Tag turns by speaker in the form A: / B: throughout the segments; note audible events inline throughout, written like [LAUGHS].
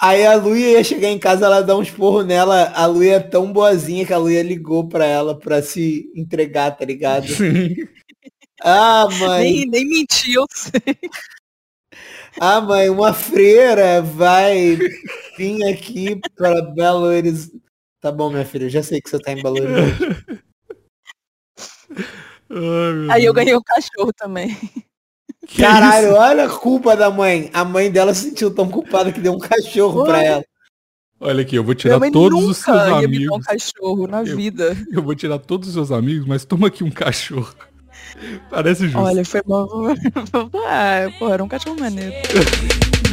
A: Aí a Luia ia chegar em casa, ela dá uns porros nela. A Luia é tão boazinha que a Luia ligou pra ela pra se entregar, tá ligado? Ah, mãe.
B: Nem, nem mentiu.
A: Ah, mãe, uma freira vai vir aqui pra Belo Horizonte. Tá bom, minha filha, eu já sei que você tá em Belo Horizonte.
C: Ai, meu
B: Aí eu
C: Deus.
B: ganhei um cachorro também.
C: [LAUGHS] Que
A: Caralho,
C: isso?
A: olha a culpa da mãe. A mãe dela se sentiu tão culpada que deu um cachorro pra
B: Olha.
A: ela.
C: Olha aqui, eu vou
B: Minha
C: tirar
B: mãe
C: todos
B: nunca
C: os seus
B: ia me dar um
C: amigos.
B: cachorro na
C: Eu-
B: vida.
C: [LAUGHS] Eu vou tirar todos os seus amigos, mas toma aqui um cachorro. Parece justo.
B: Olha, foi mal. [LAUGHS] ah, pô, era um cachorro maneiro.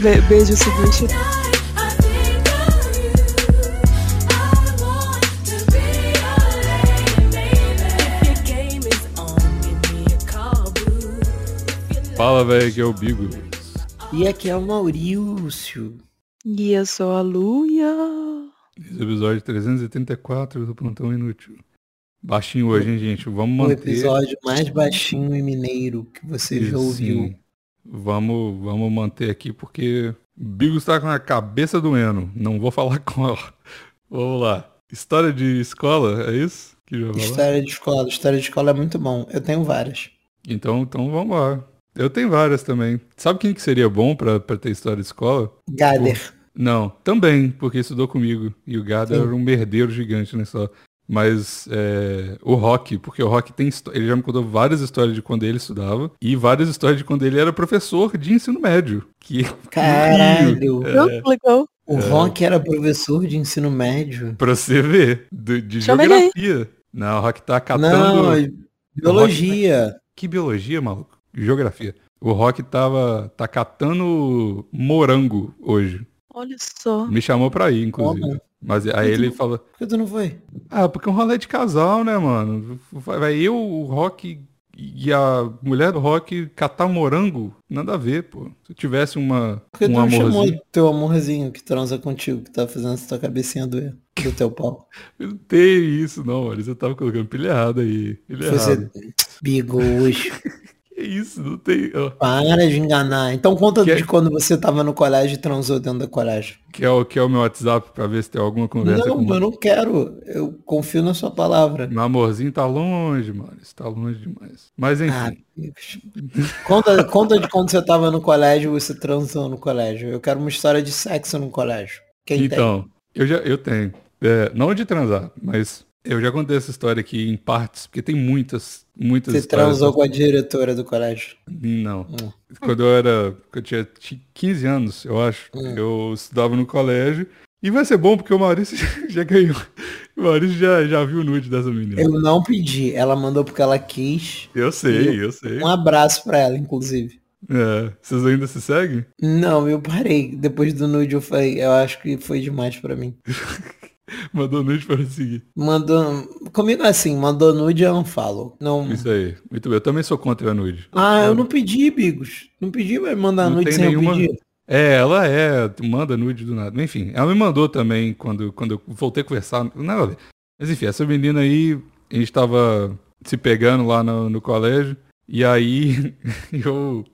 B: Be- beijo, seguinte.
C: Fala, velho, que é o Bigo.
A: E aqui é o Maurício.
B: E eu sou a Luia.
C: Esse episódio 334 do Plantão Inútil. Baixinho hoje, hein, gente? Vamos
A: O
C: manter.
A: episódio mais baixinho e mineiro que você já ouviu.
C: Sim. Vamos, vamos manter aqui porque Bigo está com a cabeça doendo. Não vou falar com ela. Vamos lá. História de escola, é isso? Que já vai lá?
A: História de escola. História de escola é muito bom. Eu tenho várias.
C: Então, então vamos lá. Eu tenho várias também. Sabe quem que seria bom pra pra ter história de escola?
A: Gader.
C: Não, também, porque estudou comigo. E o Gado
A: Sim.
C: era um merdeiro gigante, né? Só. Mas é, o Rock, porque o Rock tem histó- ele já me contou várias histórias de quando ele estudava e várias histórias de quando ele era professor de ensino médio. Que [LAUGHS]
A: Caralho.
C: É.
B: Não, legal.
A: O Rock era professor de ensino médio.
C: pra você ver, do- de
B: Chama ele aí.
C: geografia. Não, o Rock tá catando.
A: Não, é biologia.
C: Que biologia, maluco? Geografia. O Rock tava tá catando morango hoje.
B: Olha só.
C: Me chamou pra ir, inclusive.
A: Como?
C: Mas aí ele falou,
A: Por que tu não foi?
C: Ah, porque é um rolê de casal, né, mano? Vai vai eu, o Rock e a mulher do Rock catar um morango? Nada a ver, pô. Se eu tivesse uma,
A: Por que tu
C: um
A: não chamou
C: amorzinho...
A: teu amorzinho que transa contigo, que tá fazendo essa tua cabecinha doer do teu
C: [LAUGHS]
A: pau?
C: Eu não tenho isso, não, mano. Você tava colocando pilha errada aí. Pilha
A: Você.
C: errada.
A: Bigos.
C: Que isso, não tem... ó.
A: Para de enganar. Então conta
C: Que- é-
A: de quando você tava no colégio e transou dentro da colégio.
C: Quer, o- quer o meu WhatsApp pra ver se tem alguma conversa
A: não,
C: com...
A: eu não quero. Eu confio na sua palavra.
C: Meu amorzinho tá longe, mano. Isso tá longe demais. Mas
A: Ah,
C: enfim,
A: amigos. conta, conta de quando você tava no colégio e você transou no colégio. Eu quero uma história de sexo no colégio. Quem
C: então, eu já eu tenho. É, não de transar, mas eu já contei essa história aqui em partes, porque tem muitas, muitas
A: tem? Você
C: histórias.
A: transou com a diretora do colégio.
C: Não.
A: Hum.
C: Quando eu era. Quando eu tinha ti- 15 anos, eu acho.
A: Hum.
C: Eu estudava no colégio. E vai ser bom porque o Maurício [LAUGHS] já ganhou. O Maurício já, já viu o nude dessa menina.
A: Eu
C: Eu,
A: não pedi. Ela mandou porque ela quis.
C: sei, eu sei.
A: Um abraço pra ela, inclusive.
C: É, vocês ainda se seguem?
A: Não, eu parei. Depois do nude eu falei, eu acho que foi demais pra mim.
C: Mandou nude para seguir.
A: Mandou. Comigo é assim, mandou nude eu não falo. Não.
C: Isso aí. Muito bem. Eu também sou contra a nude.
A: Ah, eu não pedi, Bigos. Não pedi mas mandar
C: Não
A: nude
C: tem
A: sem
C: nenhuma-
A: eu pedir.
C: É, ela é, manda nude do nada. Enfim, ela me mandou também quando, quando eu voltei a conversar. Nada a ver. Mas enfim, essa menina aí, a gente tava se pegando lá no, no colégio. E aí [LAUGHS] eu.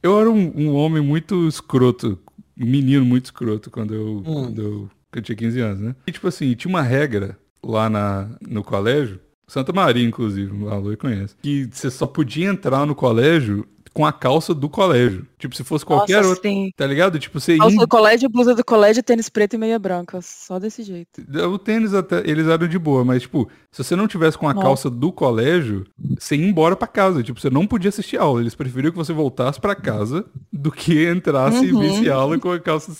C: Eu era um, um homem muito escroto, um menino muito escroto quando eu, quando eu, quando eu tinha 15 anos, né? E tipo assim, tinha uma regra lá na, no colégio, Santa Maria, inclusive, o Alô conhece, que você só podia entrar no colégio com a calça do colégio. Tipo, se fosse qualquer
B: Nossa,
C: outra.
B: sim.
C: Tá ligado? Tipo, você
B: Calça
C: ia...
B: do colégio, blusa do colégio, tênis preto e meia branca. Só desse jeito.
C: O tênis até, eles eram de boa, mas tipo, se você não tivesse com a
B: Nossa.
C: calça do colégio, você ia embora pra casa. Tipo, você não podia assistir aula. Eles preferiam que você voltasse pra casa do que entrasse
B: Uhum.
C: e visse aula com a calça.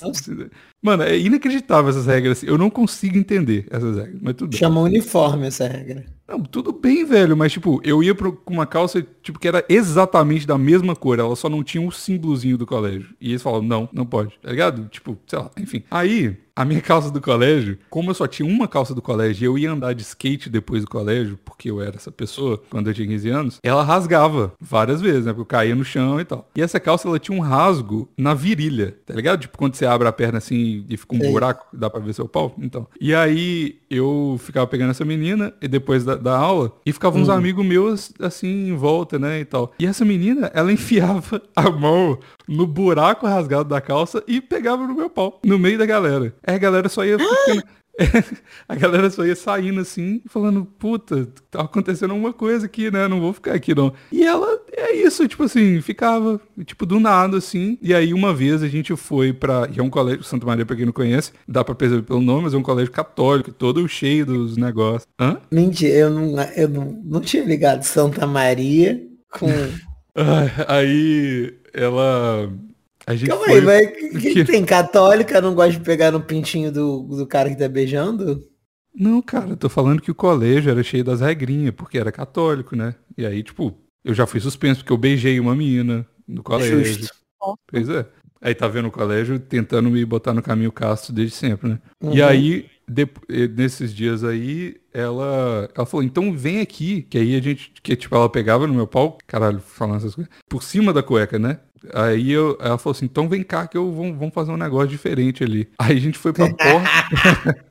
C: Mano, é inacreditável essas regras. assim. Eu não consigo entender essas regras, mas tudo bem.
A: Chama uniforme essa regra.
C: Não, tudo bem, velho, mas tipo, eu ia pro- com uma calça, tipo, que era exatamente da mesma cor, ela um só não tinha o símbolozinho do colégio. E eles falavam, não, não pode, tá ligado? Tipo, sei lá, enfim. Aí, A minha [LAUGHS] calça do colégio, como eu só tinha uma calça do colégio e eu ia andar de skate depois do colégio, porque eu era essa pessoa quando eu tinha 15 anos, ela rasgava várias vezes, né? Porque eu caía no chão e tal. E essa calça, ela tinha um rasgo na virilha, tá ligado? Tipo, quando você abre a perna assim e fica um
A: Sei.
C: buraco, dá pra ver seu pau. Então. E aí eu ficava pegando essa menina e depois da, da aula e ficavam uns amigos meus assim em volta, né? E tal. E essa menina, ela [LAUGHS] enfiava a mão no buraco rasgado da calça e pegava no meu pau, no meio da galera. Aí a galera só ia ficando... [LAUGHS] A galera só ia saindo assim, falando, puta, tá acontecendo alguma coisa aqui, né? Não vou ficar aqui não. E ela, é isso, tipo assim, ficava, tipo, do nada assim. E aí uma vez a gente foi pra. E é um colégio, Santa Maria, pra quem não conhece, dá pra perceber pelo nome, mas é um colégio católico, todo cheio dos negócios. Hã?
A: Mentira, eu não, eu não, não tinha ligado Santa Maria
C: [LAUGHS]
A: com.
C: Ah, Aí ela. A gente
A: Calma aí,
C: foi...
A: mas que, que
C: Que-
A: tem? Católica não gosta de pegar no pintinho do, do cara que tá beijando?
C: Não, cara, eu tô falando que o colégio era cheio das regrinhas, porque era católico, né? E aí, tipo, eu já fui suspenso, porque eu beijei uma menina no colégio.
A: Justo.
C: Pois é. Aí tá vendo o colégio tentando me botar no caminho casto desde sempre, né? E
A: Uhum.
C: aí, dep- eh, nesses dias aí, ela, ela falou, então vem aqui, que aí a gente, que tipo, ela pegava no meu pau, caralho, falando essas coisas, por cima da cueca, né? Aí eu, ela falou assim, então vem cá que eu vou, vamos fazer um negócio diferente ali. Aí a gente foi pra
A: [LAUGHS]
C: porta.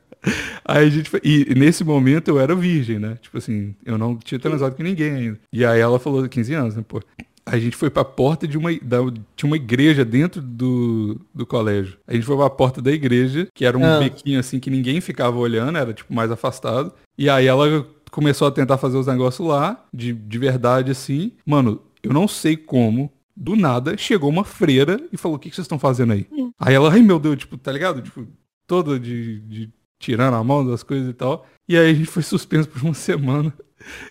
C: Aí a gente foi, e nesse momento eu era virgem, né? Tipo assim, eu não tinha transado com ninguém ainda. E aí ela falou 15 anos, né, pô. A gente foi pra porta de uma. da- tinha uma igreja dentro do, do colégio. A gente foi pra porta da igreja, que era um
A: Ah.
C: bequinho assim que ninguém ficava olhando, era tipo mais afastado. E aí ela começou a tentar fazer os negócios lá, de, de verdade assim. Mano, eu não sei como. Do nada, chegou uma freira e falou, o que, que vocês estão fazendo aí? Aí ela, ai meu Deus, tipo, tá ligado? Tipo, toda de, de tirando a mão das coisas e tal. E aí a gente foi suspenso por uma [LAUGHS] semana.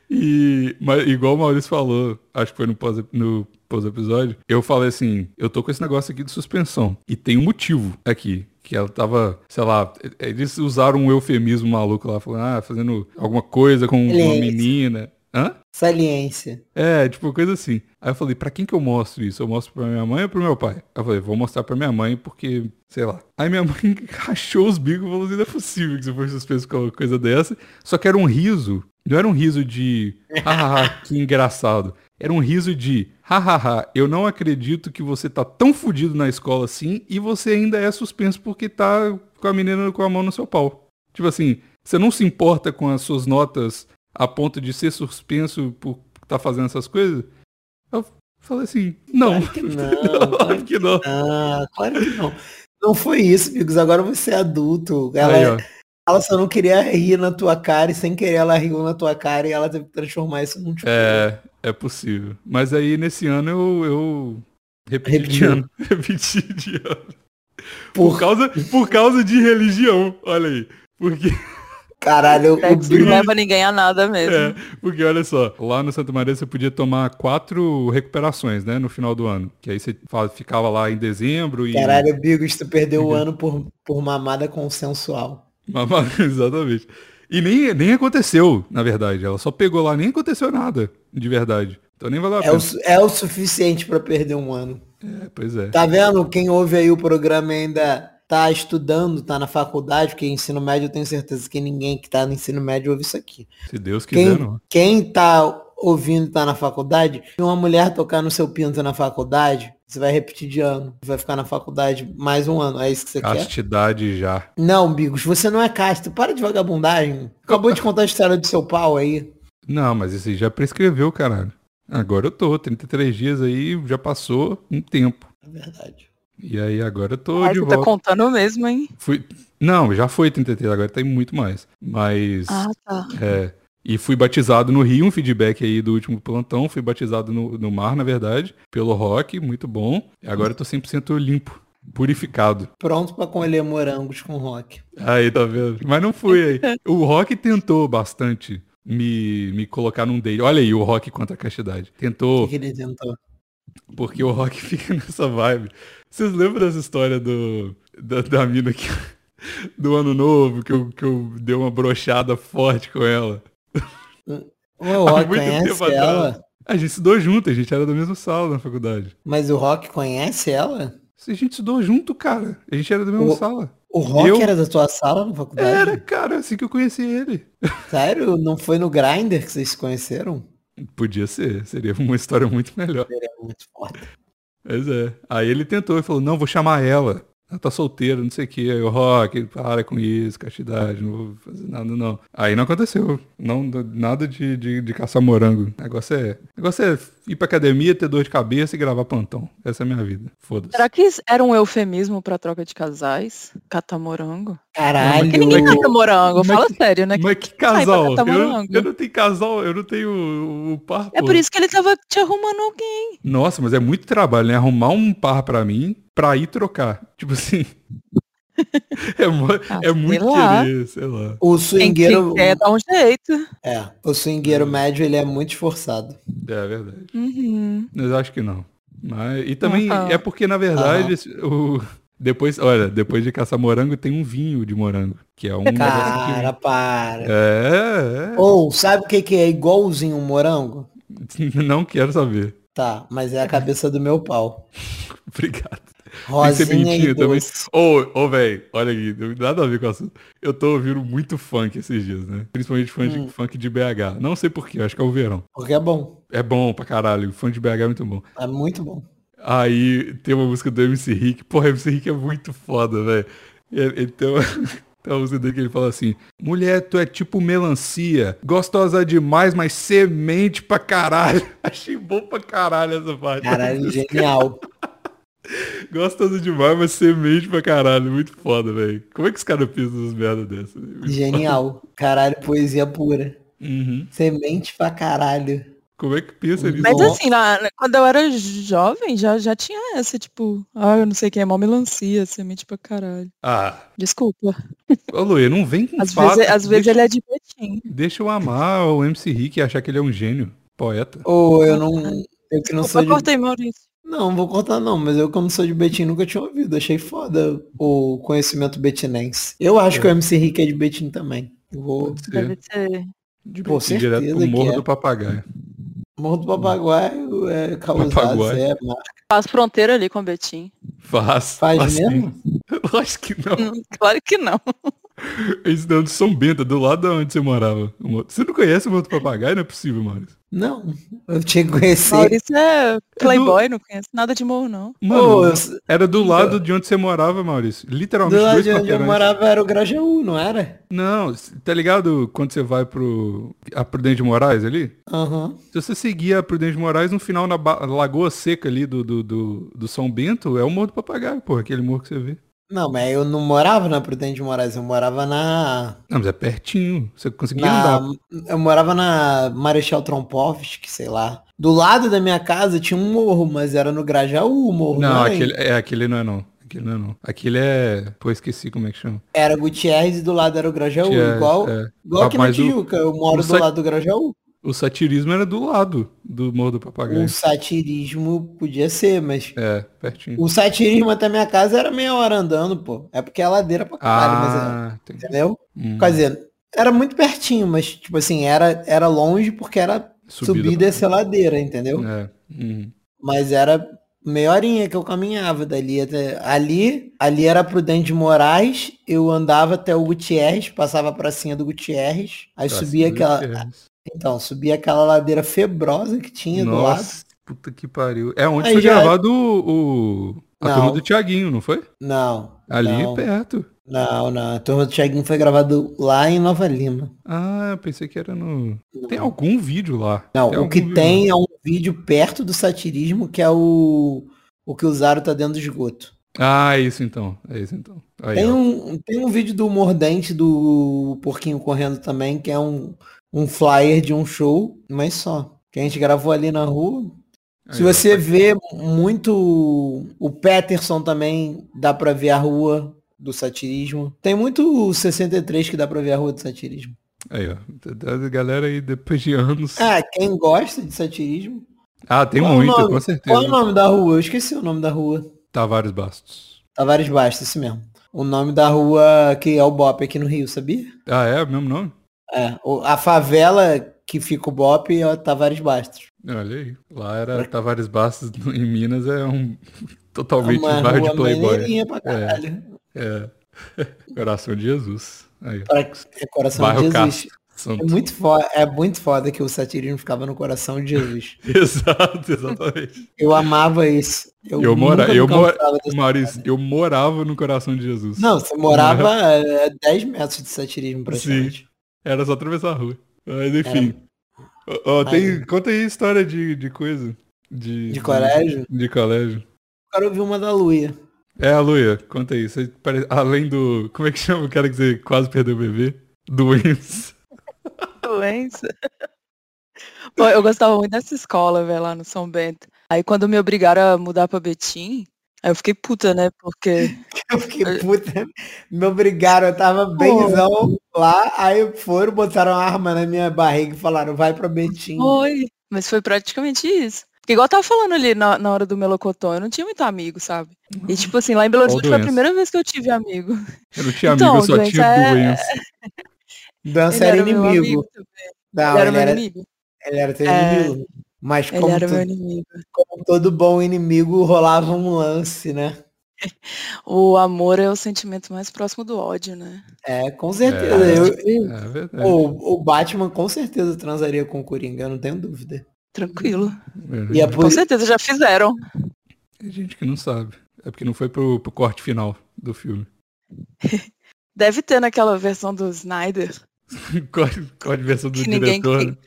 C: E mas, igual o Maurício falou, acho que foi no pós, no pós episódio, eu falei assim, eu tô com esse negócio aqui de suspensão. E tem um motivo aqui. Que ela tava, sei lá, eles usaram um eufemismo maluco lá, falando, ah, fazendo alguma coisa com uma
A: Silêncio.
C: menina. Hã?
A: Saliência.
C: É, tipo, coisa assim. Aí eu falei, pra quem que eu mostro isso? Eu mostro pra minha mãe ou pro meu pai? Aí eu falei, vou mostrar pra minha mãe, porque, sei lá. Aí minha [LAUGHS] mãe rachou os bicos e falou assim, não é possível que você foi suspenso com uma coisa dessa. Só que era um riso, não era um riso de, hahaha, que engraçado. Era um riso de, hahaha, eu não acredito que você tá tão fudido na escola assim e você ainda é suspenso porque tá com a menina com a mão no seu pau. Tipo assim, você não se importa com as suas notas a ponto de ser suspenso por tá fazendo essas coisas? Eu falei assim, não.
A: Claro que não,
C: Claro que [LAUGHS] não.
A: Ah, claro que não. Não foi isso, Bigos. Agora você é adulto. Ela,
C: Aí, ó.
A: ela só não queria rir na tua cara e sem querer ela riu na tua cara e ela teve que transformar isso num tipo.
C: É, é possível. Mas aí nesse ano eu, eu repeti de
A: Repetiu.
C: ano. [LAUGHS] Repeti de ano. Por
A: Por
C: causa, por causa de religião, olha aí. Porque
A: caralho, o
B: Sexo não
A: Bigos.
B: leva ninguém a nada mesmo.
C: É, porque olha só, lá no Santa Maria você podia tomar quatro recuperações, né, no final do ano. Que aí você fa- ficava lá em dezembro e.
A: Caralho, Bigos, tu perdeu o
C: Uhum.
A: ano por, por mamada consensual.
C: [LAUGHS] Mamá- Exatamente. E nem, nem aconteceu, na verdade. Ela só pegou lá, nem aconteceu nada, de verdade. Então nem valeu a
A: É o,
C: pena.
A: su- é o suficiente pra perder um ano.
C: É, pois é.
A: Tá vendo? Quem ouve aí o programa e ainda tá estudando, tá na faculdade, porque ensino médio eu tenho certeza que ninguém que tá no ensino médio ouve isso aqui.
C: Se Deus quiser,
A: Quem,
C: não.
A: quem tá ouvindo, tá na faculdade, se uma mulher tocar no seu pinto na faculdade, você vai repetir de ano. Vai ficar na faculdade mais um ano. É isso que você quer?
C: Castidade já.
A: Não, Bigos, você não é casto. Para de vagabundagem. Acabou de contar a história do seu pau aí.
C: Não, mas isso aí já prescreveu, caralho. Agora eu tô, 33 dias aí, já passou um tempo.
A: É verdade.
C: E aí agora eu tô
B: Ai,
C: de
B: você tá
C: volta.
B: contando mesmo, hein?
C: Fui... Não, já foi 33, agora tem muito mais. Mas.
B: Ah, tá.
C: É. E fui batizado no Rio, um feedback aí do último plantão. Fui batizado no, no mar, na verdade, pelo rock, muito bom. E agora eu tô 100% limpo, purificado.
A: Pronto pra colher morangos com rock.
C: Aí, tá vendo? Mas
B: [LAUGHS]
C: não fui aí. O rock tentou bastante me, me colocar num date. Olha aí, o rock contra a castidade.
A: O
C: Tentou,
A: que ele tentou?
C: porque o rock [LAUGHS] fica nessa vibe. Vocês lembram dessa história do, da, da mina que, [LAUGHS] do ano novo, que eu, que eu dei uma brochada forte com ela?
A: O
C: Há
A: Rock
C: [LAUGHS] muito
A: conhece
C: tempo atrás.
A: ela,
C: A gente estudou junto, a gente era da mesma sala na faculdade.
A: mas o Rock conhece ela?
C: A gente estudou junto, cara. A gente era da mesma
A: O-
C: sala.
A: O Rock
C: Eu-
A: era da tua sala na faculdade?
C: Era, cara, assim que eu conheci ele.
A: Sério? Não foi no Grindr que vocês se conheceram?
C: Podia ser, seria uma história muito melhor.
A: Seria muito foda.
C: Mas é. Aí ele tentou e falou, não, vou chamar ela. Ela tá solteira, não sei o que. Aí o Rock, para com isso, castidade, não vou fazer nada, não. Aí não aconteceu. Não, nada de, de, de caçar morango. O negócio é. o negócio é ir pra academia, ter dor de cabeça e gravar plantão. Essa é a minha vida. Foda-se.
B: Será que isso era um eufemismo pra troca de casais? Catamorango?
A: Caralho.
B: Porque
C: é
B: ninguém cata
C: tá
B: morango,
C: mas
B: fala
C: que-
B: sério, né?
C: Mas que
B: vai
C: casal?
B: catar
C: Eu,
B: morango?
C: eu não tenho casal, eu não tenho o, o par.
B: É
C: pô.
B: por isso que ele tava te arrumando alguém.
C: Nossa, mas é muito trabalho, né? Arrumar um par pra mim pra ir trocar. Tipo assim. [LAUGHS] É, mo-
B: Ah,
C: é muito
B: sei lá.
C: querer, sei lá.
A: O
B: Quem,
A: swingueiro,
B: quer dar um jeito.
A: é, o swingueiro
C: Hum.
A: médio, ele é muito esforçado.
C: É, é verdade.
B: Uhum.
C: Mas acho que não. Mas, e também
B: Aham.
C: é porque, na verdade, esse- o, depois, olha, depois de caçar morango, tem um vinho de morango, que é um negócio
A: Cara, para.
C: que... É,
A: Ou, sabe o que, que é igualzinho um morango?
C: é. [LAUGHS] não quero saber.
A: Tá, mas é a cabeça do meu pau.
C: Obrigado. [LAUGHS] Tem que ser
A: Rosinha e
C: mentira também.
A: doce.
C: Ô, ô, velho, olha aqui, não tem nada a ver com o assunto. Eu tô ouvindo muito funk esses dias, né? Principalmente funk, de, funk de BH. Não sei porquê, acho que é o verão.
A: Porque é bom.
C: É bom pra caralho, funk de BH é muito bom.
A: É muito bom.
C: Aí tem uma música do MC Rick. Porra, MC Rick é muito foda, velho. Ele ele tem uma, [LAUGHS] tem uma música dele que ele fala assim: Mulher, tu é tipo melancia. Gostosa demais, mas semente pra caralho. [LAUGHS] Achei bom pra caralho essa parte.
A: Caralho,
C: [LAUGHS]
A: genial.
C: Gostosa demais, mas semente pra caralho. Muito foda, velho. Como é que os caras pensam nas merdas dessas?
A: Genial. Caralho, poesia pura.
C: [LAUGHS] Uhum.
A: Semente pra caralho.
C: Como é que pensa nisso?
B: Mas
A: Nossa.
B: assim, na- na- quando eu era jovem, já, já tinha essa, tipo, ah, eu não sei quem é mó melancia, semente pra caralho.
C: Ah,
B: Desculpa.
C: ô Luê, não vem com
B: Às
C: Um fato.
B: vezes, às vezes
C: deixa,
B: ele é de Betim.
C: deixa eu amar o MC Rick e achar que ele é um gênio. Poeta.
A: Ou eu não. Eu que não sou
B: Eu
A: de.
B: cortei Maurício.
A: Não, vou cortar não, mas eu como sou de Betim nunca tinha ouvido. Achei foda o conhecimento betinense. Eu acho que o MC Rick é de Betim também. Eu vou.
C: Pode ser.
B: Deve ser.
C: De
A: Pô,
C: Betim, direto
A: certeza
C: pro
A: que
C: Morro
A: é.
C: do Papagaio.
A: Morro do Papagaio é causado,
C: Papagaio.
A: é, mas
B: Faz fronteira ali com Betim.
C: Faz.
A: faz
C: faz sim.
A: mesmo?
C: Eu acho que não.
B: Hum, [LAUGHS] Claro que não.
C: Eles dão de São Bento, do lado de onde você morava. O Morro- Você não conhece o Morro do Papagaio? Não é possível, Maurício.
A: Não, eu tinha que conhecer.
B: Maurício é playboy, não conhece nada de morro, não.
A: Pô,
C: Mano,
A: eu- do
C: era do lado de onde você morava, Maurício. Literalmente
A: lado
C: dois
A: de onde eu
C: quarteirões.
A: morava era o Grajaú, não era?
C: Não, c- tá ligado quando você vai pro... A Prudente de Moraes ali?
A: Aham.
C: Se você seguir a Prudente de Moraes, no final, na ba- Lagoa Seca ali do, do, do, do São Bento, é o Morro do Papagaio, pô. Aquele morro que você vê.
A: Não, mas eu não morava na Prudente de Moraes, eu morava na.
C: Não, mas é pertinho. Você conseguia
A: na
C: andar.
A: eu morava na Marechal Trompovski, sei lá. Do lado da minha casa tinha um morro, mas era no Grajaú, o morro.
C: Não,
A: era em-
C: aquele, é, aquele não é não. Aquele não é não. Aquele é... Pô, esqueci como é que chama.
A: Era Gutierrez e do lado era o Grajaú.
C: Gutierrez,
A: igual
C: é.
A: igual aqui na
C: Mas o-
A: Tijuca, eu moro
C: o
A: do
C: sat-
A: lado do Grajaú.
C: O satirismo era do lado do Morro do Papagaio.
A: O satirismo podia ser, mas.
C: É, pertinho.
A: O satirismo até minha casa era meia hora andando, pô. É porque é ladeira pra caralho, mas é-
C: Ah, tem.
A: Entendeu?
C: Hum,
A: Quer dizer, era muito pertinho, mas, tipo assim, era, era longe porque era subida, né? e descer ladeira, entendeu?
C: É. hum.
A: Mas era meia horinha que eu caminhava dali até. Ali, ali era Prudente de Moraes, eu andava até o Gutierrez, passava a pracinha do Gutierrez, aí
C: Praça
A: subia
C: do
A: aquela.
C: Gutierrez.
A: Então, subia aquela ladeira febrosa que tinha do lado.
C: Nossa, puta que pariu. É onde
A: Aí
C: foi
A: já-
C: gravado o, o- a
A: Não.
C: turma do Tiaguinho, não foi?
A: Não.
C: Ali
A: não,
C: perto.
A: não, não. A turma do Thiaguinho foi gravado lá em Nova Lima.
C: Ah, eu pensei que era no. Tem
A: Não.
C: algum vídeo lá.
A: Não, o
C: algum
A: que
C: vídeo
A: tem
C: lá.
A: é um vídeo perto do satirismo, que é o, o que usaram tá dentro do esgoto.
C: Ah, é isso então. É isso então. Aí,
A: Tem
C: ó.
A: um, tem um vídeo do mordente do porquinho correndo também, que é um, um flyer de um show, mas só. Que a gente gravou ali na rua. Se
C: Aí, ó. tá
A: você vê muito o Peterson também, dá pra ver a rua do satirismo. Tem muito 63 que dá pra ver a rua do satirismo.
C: Aí, ó. Tá- tá- A galera aí depois de anos.
A: Ah, quem gosta de satirismo.
C: Ah, tem um-
A: qual é o
C: muito,
A: nome?
C: com
A: Qual é o
C: certeza.
A: nome da rua? Eu esqueci o nome da rua.
C: Tavares Bastos.
A: Tavares Bastos, isso mesmo. O nome da rua que é o Bop aqui no Rio, sabia?
C: Ah, é o mesmo nome?
A: É, o- a favela que fica o Bop tá é o Tavares Bastos.
C: Olha aí. Lá era Tavares Bastos no- em Minas é um [LAUGHS] Totalmente
A: uma
C: bairro
A: rua é
C: de Playboy.
A: maneirinha pra caralho.
C: É. [LAUGHS] Coração de Jesus. Aí, ó.
A: Pra- é coração
C: Bairro
A: de Jesus.
C: Castro. Santo.
A: É muito, foda, é muito foda que o satirismo ficava no coração de Jesus.
C: [LAUGHS] Exato, exatamente.
A: Eu amava isso. Eu,
C: Eu, mora,
A: nunca me
C: eu, mora,
A: cansava dessa-
C: Maurício, eu morava no coração de Jesus.
A: Não, você morava a 10 metros de satirismo praticamente.
C: Era só atravessar a rua. Mas enfim. Ó, ó,
A: Mas-
C: tem, conta aí história de, de coisa. De,
A: De colégio?
C: De, colégio.
A: Eu quero ouvir uma da Luia. [LAUGHS]
C: É, Luia, conta aí. Você pare- Além do. Como é que chama o cara que você quase perdeu o bebê? Doença.
B: Doença. Pô, eu gostava muito dessa escola, velho, lá no São Bento. Aí quando me obrigaram a mudar pra Betim, aí eu fiquei puta, né? Porque.
A: Eu fiquei
C: É.
A: puta. Me obrigaram, eu tava benzão lá, aí foram, botaram a arma na minha barriga e falaram, vai pra Betim.
B: Foi. Mas foi praticamente isso. Porque igual eu tava falando ali na, na hora do melocotão, eu não tinha muito amigo, sabe?
A: Uhum.
B: E tipo assim, lá em Belo
C: Qual
B: Horizonte foi a
C: doença?
B: primeira vez que eu tive amigo.
C: Eu não tinha
B: Então,
C: amigo, eu só
B: doença
C: tinha
B: é-
C: doença.
A: Dança era,
B: Ele meu
A: inimigo.
B: também.
A: Não,
B: Ele era
A: ele,
B: meu
A: era,
B: inimigo.
A: ele era teu
B: É.
A: inimigo. Mas
B: Ele
A: como,
B: era
A: tu-
B: meu inimigo.
A: como todo bom inimigo, rolava um lance, né?
B: O amor é o sentimento mais próximo do ódio, né?
A: É, com certeza.
C: É.
A: Eu- eu-
C: É verdade.
A: o, o Batman com certeza transaria com o Coringa, eu não tenho dúvida.
B: Tranquilo.
A: Uhum.
C: É,
A: E a
B: Com
A: poli-
B: certeza já fizeram.
C: Tem gente que não sabe. É porque não foi pro, pro corte final do filme. [LAUGHS]
B: Deve ter naquela versão do Snyder.
C: corte, corte versão do
B: Que ninguém-
C: diretor. né?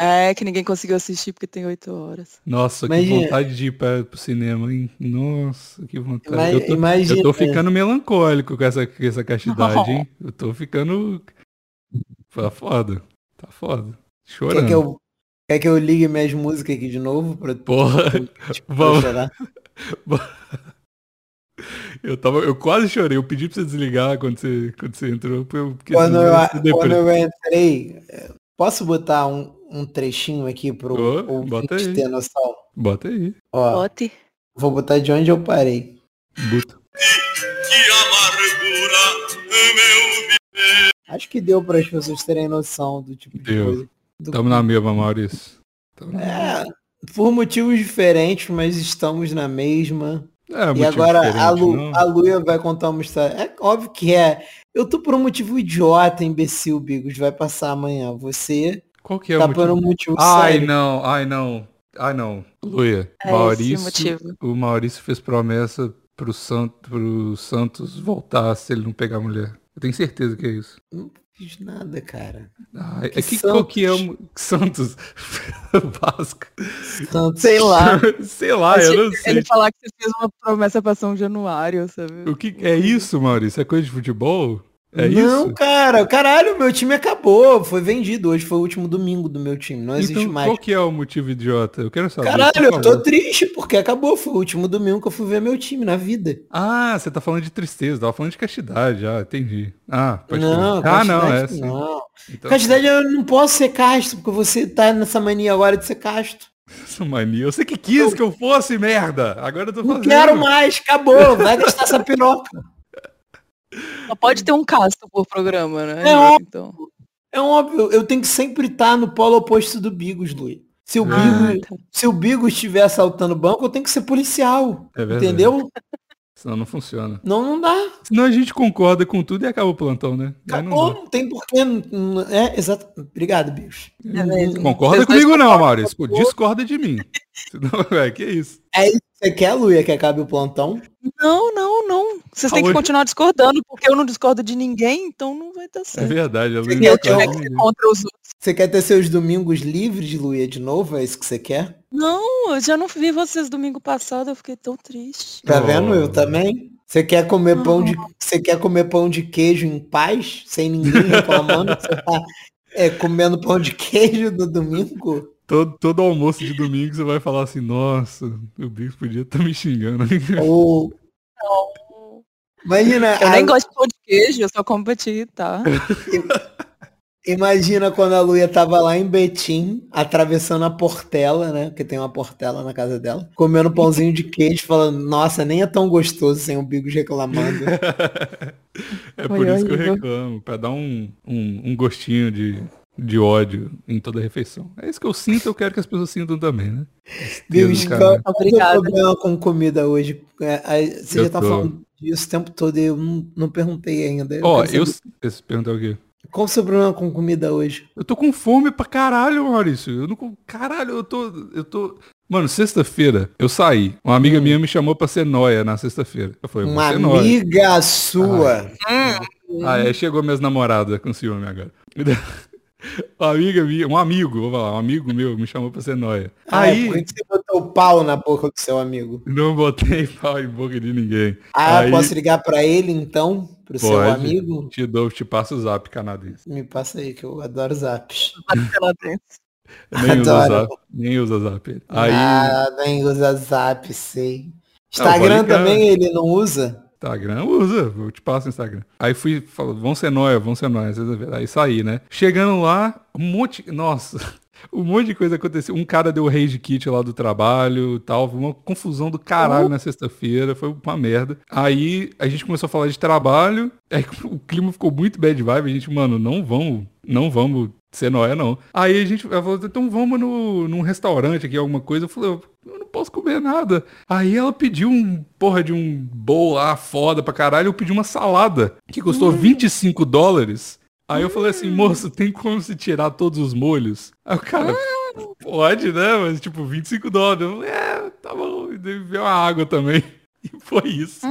B: É, que ninguém conseguiu assistir porque tem oito horas.
C: Nossa,
A: Imagina.
C: que vontade de ir pra, pro cinema, hein? Nossa, que vontade.
A: Ima-
C: eu, tô,
A: imagina.
C: eu tô ficando melancólico com essa, com essa castidade,
B: [LAUGHS]
C: hein? Eu tô ficando. Tá foda. Tá foda.
A: Quer
C: Chorando.
A: que, eu, quer que eu ligue minhas músicas aqui de novo pra, pra
C: [LAUGHS]
A: tipo,
C: Porra, vamos.
A: chorar?
C: Eu, tava, eu quase chorei. Eu pedi pra você desligar quando você, quando você entrou. eu- Porque
A: Quando
C: senão
A: eu,
C: ia ser deprê.
A: quando eu entrei, eh, posso botar um, um trechinho aqui pro
C: Ô,
A: ouvinte
C: bota aí.
A: ter noção?
C: Bota aí.
A: Ó,
B: Ote.
A: vou botar de onde eu parei.
C: Buta.
D: Que amargura, meu
A: Acho que deu para as pessoas terem noção do tipo de
C: Deu.
A: coisa. Do-
C: Tamo na mesma, Maurício. Tamo na...
A: É, por motivos diferentes, mas estamos na mesma.
C: É,
A: e
C: motivo
A: agora a, Lu,
C: diferente, não?
A: a Luia vai contar uma história. É óbvio que é. Eu tô por um motivo idiota, imbecil, Bigos. Vai passar amanhã. Você
C: Qual que é
A: tá
C: o motivo?
A: por um motivo
C: Ai,
A: sério.
C: não, ai, não, ai, não. Luia,
B: É
C: Maurício,
B: esse o motivo.
C: o Maurício fez promessa pro, Santo, pro Santos voltar se ele não pegar a mulher. Eu tenho certeza que é isso.
A: Fiz nada, cara.
C: Ai,
A: Que
C: é que qual que é o...
A: Santos?
C: mo- [LAUGHS] Santos? Vasco.
A: Santos, sei lá.
C: [LAUGHS] Sei lá, Ah, eu não sei.
B: Ele falar que você fez uma promessa pra São Januário, sabe?
C: O que é isso, Maurício? É coisa de futebol? É
A: não,
C: isso?
A: cara. Caralho, meu time acabou. Foi vendido. Hoje foi o último domingo do meu time. Não existe
C: Então,
A: mais.
C: qual que é o motivo idiota? Eu quero saber. Tá por
A: Caralho, eu tô
C: favor.
A: triste porque acabou. Foi o último domingo que eu fui ver meu time na vida.
C: Ah, você tá falando de tristeza, tava falando de castidade, ah, entendi. Ah, pode
A: não,
C: crer. Ah, não, é
A: castidade
C: assim.
A: não.
C: Então,
A: Castidade eu não posso ser casto, porque você tá nessa mania agora de ser casto.
C: [LAUGHS] Isso, mania. Você que quis que eu fosse, merda. Agora eu tô
A: Não
C: fazendo.
A: quero mais, acabou, vai gastar essa piroca.
B: Só pode ter um casto por programa, né?
A: É óbvio.
B: então.
A: É óbvio, eu tenho que sempre estar no polo oposto do Bigos, Luiz. Se o,
C: Ah,
A: Bigos,
B: tá.
A: se o Bigos estiver assaltando o banco, eu tenho que ser policial.
C: É verdade.
A: Entendeu?
C: Senão não funciona.
A: Não, não dá.
C: Senão a gente concorda com tudo e acaba o plantão, né? Aí não
A: Acabou,
C: dá.
A: não tem porquê. não- não- É, exato. Obrigado, Bigos.
B: É mesmo.
C: Concorda
B: Vocês dois
C: comigo não,
B: concordam,
C: Maurício.
B: por favor.
C: Discorda de mim. [LAUGHS] Senão, ué, que isso.
A: Você quer, Luia, que acabe o plantão?
B: Não, não, não. Vocês têm
C: Aonde?
B: que continuar discordando, porque eu não discordo de ninguém, então não vai dar
C: É
B: certo.
C: verdade. Ela
B: Você
C: não
B: quer
A: eu-
C: discorda
B: tiver
C: de
B: que ser
C: ninguém.
B: contra os outros.
A: Você quer ter seus domingos livres, Luia, de novo? É isso que você quer?
B: Não, eu já não vi vocês domingo passado, eu fiquei tão triste.
A: Tá
C: Oh.
A: vendo? Eu também. Você quer comer pão de você quer comer pão de queijo em paz, sem ninguém reclamando que você tá é, comendo pão de queijo no domingo?
C: todo, todo almoço de domingo você vai falar assim, nossa, o Bigos podia estar me xingando. [LAUGHS]
A: Ou imagina,
B: Eu
A: a-
B: nem gosto de pão de queijo, eu só como petit,
C: [LAUGHS]
B: tá?
A: imagina quando a Luia tava lá em Betim, atravessando a Portela, né? Porque tem uma Portela na casa dela, comendo pãozinho de queijo, falando: "Nossa, nem é tão gostoso sem o Bigos reclamando".
C: é
B: Foi
C: por isso que eu
B: horrível.
C: reclamo, pra dar um, um, um gostinho de, de ódio em toda a refeição. É isso que eu sinto, eu quero que as pessoas sintam também, né?
A: Bibis,
C: Deus,
A: qual qual
C: cara.
A: é o
B: Obrigada.
A: problema com comida hoje? É, aí, você
C: Eu
A: já tá
C: tô.
A: falando disso o tempo todo e eu não, não perguntei ainda.
C: Ó,
A: quero
C: eu.
A: saber
C: Esse perguntar o quê?
A: Qual o seu problema com comida hoje?
C: Eu tô com fome pra caralho, Maurício. Eu não. com- Caralho, eu tô. Eu tô. Mano, sexta-feira eu saí. Uma amiga minha me chamou pra ser noia na sexta-feira. Eu falei,
A: Hum. Uma
C: você noia.
A: amiga sua.
C: Ah,
A: Uhum.
C: é, chegou minhas namoradas com ciúme agora. [LAUGHS] Uma amiga minha, um amigo, vou falar, um amigo meu me chamou pra ser noia.
A: Ah, é
C: Aí,
A: por isso que você botou o pau na boca do seu amigo.
C: não botei [LAUGHS] pau em boca de ninguém.
A: Ah,
C: Aí-
A: posso ligar pra ele então? Pro seu
C: Pode.
A: amigo?
C: Te dou, te passo o zap canadense.
A: Me passa aí, que eu adoro zaps.
B: Marcela Dentes.
C: Eu Nem usa
A: [LAUGHS] Adoro.
C: zap. Nem usa zap. Aí,
A: Ah, nem usa zap, sei. Instagram
C: ligar.
A: também ele não usa?
C: Instagram, usa, eu te passo o Instagram. Aí fui, falou, vão ser nóia, vão ser nóia, sexta-feira. aí saí, né? Chegando lá, um monte, nossa, [LAUGHS] um monte de coisa aconteceu. Um cara deu rage kit lá do trabalho e tal, foi uma confusão do caralho na sexta-feira, foi uma merda. Aí a gente começou a falar de trabalho, aí [LAUGHS] o clima ficou muito bad vibe, a gente, mano, não vamos, não vamos ser nóia, não. Aí a gente ela falou, então vamos no, num restaurante aqui, alguma coisa. Eu falei, eu não posso comer nada. Aí ela pediu um, porra, de um bowl lá foda pra caralho, eu pedi uma salada, que custou 25 dólares. Aí eu falei assim, moço, tem como se tirar todos os molhos? Aí o cara, pode, né? Mas tipo, 25 dólares. Eu falei, é, tá bom. E daí veio a água também. [LAUGHS] E foi isso.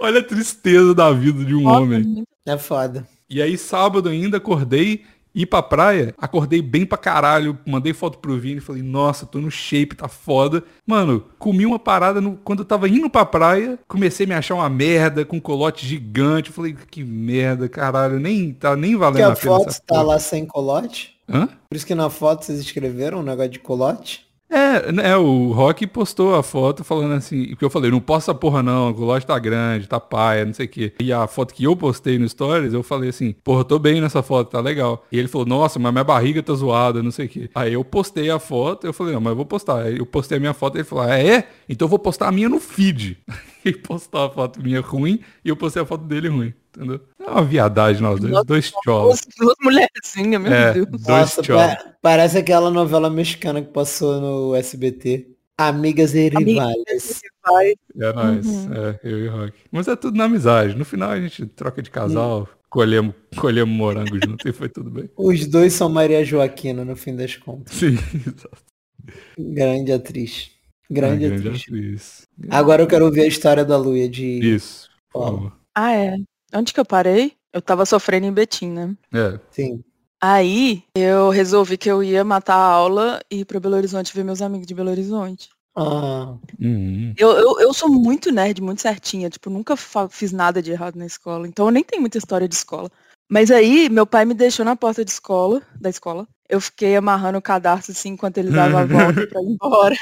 C: Olha a tristeza da vida de um homem.
A: É foda.
C: E aí sábado ainda acordei, ir pra praia, acordei bem pra caralho, mandei foto pro Vini, falei, nossa, tô no shape, tá foda. Mano, comi uma parada no- quando eu tava indo pra praia, comecei a me achar uma merda, com um colote gigante, eu falei, que merda, caralho, nem tá nem valendo
A: Porque a
C: a pena
A: foto
C: essa
A: tá
C: porra."
A: lá sem colote.
C: Hã?
A: Por isso que na foto vocês escreveram um negócio de colote.
C: É, né, o Rock postou a foto falando assim, porque eu falei, não posso essa porra não, o relógio tá grande, tá paia, não sei o quê. E a foto que eu postei no Stories, eu falei assim, porra, eu tô bem nessa foto, tá legal. E ele falou, nossa, mas minha barriga tá zoada, não sei o quê. Aí eu postei a foto, eu falei, não, mas eu vou postar. Aí eu postei a minha foto, ele falou, ah, é? Então eu vou postar a minha no feed. [LAUGHS] Ele postou a foto minha ruim e eu postei a foto dele ruim, entendeu? É uma viadagem nós dois,
B: Nossa,
C: dois cholas.
B: Duas, duas mulherzinhas, meu
C: É,
B: Deus.
C: dois cholas.
A: pa- parece aquela novela mexicana que passou no SBT. Amigas e rivais.
B: Vai.
C: É nóis, é, eu e o Rock. Mas é tudo na amizade. No final a gente troca de casal, colhemos, colhemos morango junto e foi tudo bem.
A: Os dois são Maria Joaquina, no fim das contas.
C: Sim, exato.
A: Grande atriz.
C: Uma
A: Ah, Grande atriz.
C: atriz.
A: Agora eu quero ver a história da Luia de.
C: Isso, por favor.
B: Ah, é. Onde que eu parei? Eu tava sofrendo em Betim, né?
C: É,
A: Sim.
B: Aí eu resolvi que eu ia matar a aula e ir pra Belo Horizonte ver meus amigos de Belo Horizonte.
A: Ah,
C: uhum.
B: Eu, eu, eu sou muito nerd, muito certinha. Tipo, nunca fa- fiz nada de errado na escola. Então eu nem tenho muita história de escola. Mas aí, meu pai me deixou na porta de escola, da escola. Eu fiquei amarrando o cadarço assim enquanto ele
A: [LAUGHS]
B: dava a volta pra ir embora.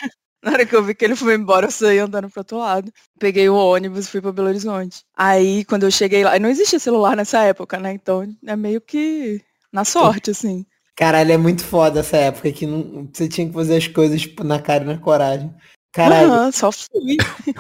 B: Na hora que eu vi que ele foi embora, eu saí andando pro outro lado. Peguei o ônibus e fui pra Belo Horizonte. Aí, quando eu cheguei lá, não existia celular nessa época, né? Então é meio que na sorte, assim.
A: Caralho, é muito foda essa época que não- você tinha que fazer as coisas tipo, na cara e na coragem. Caralho,
B: Aham, só fui.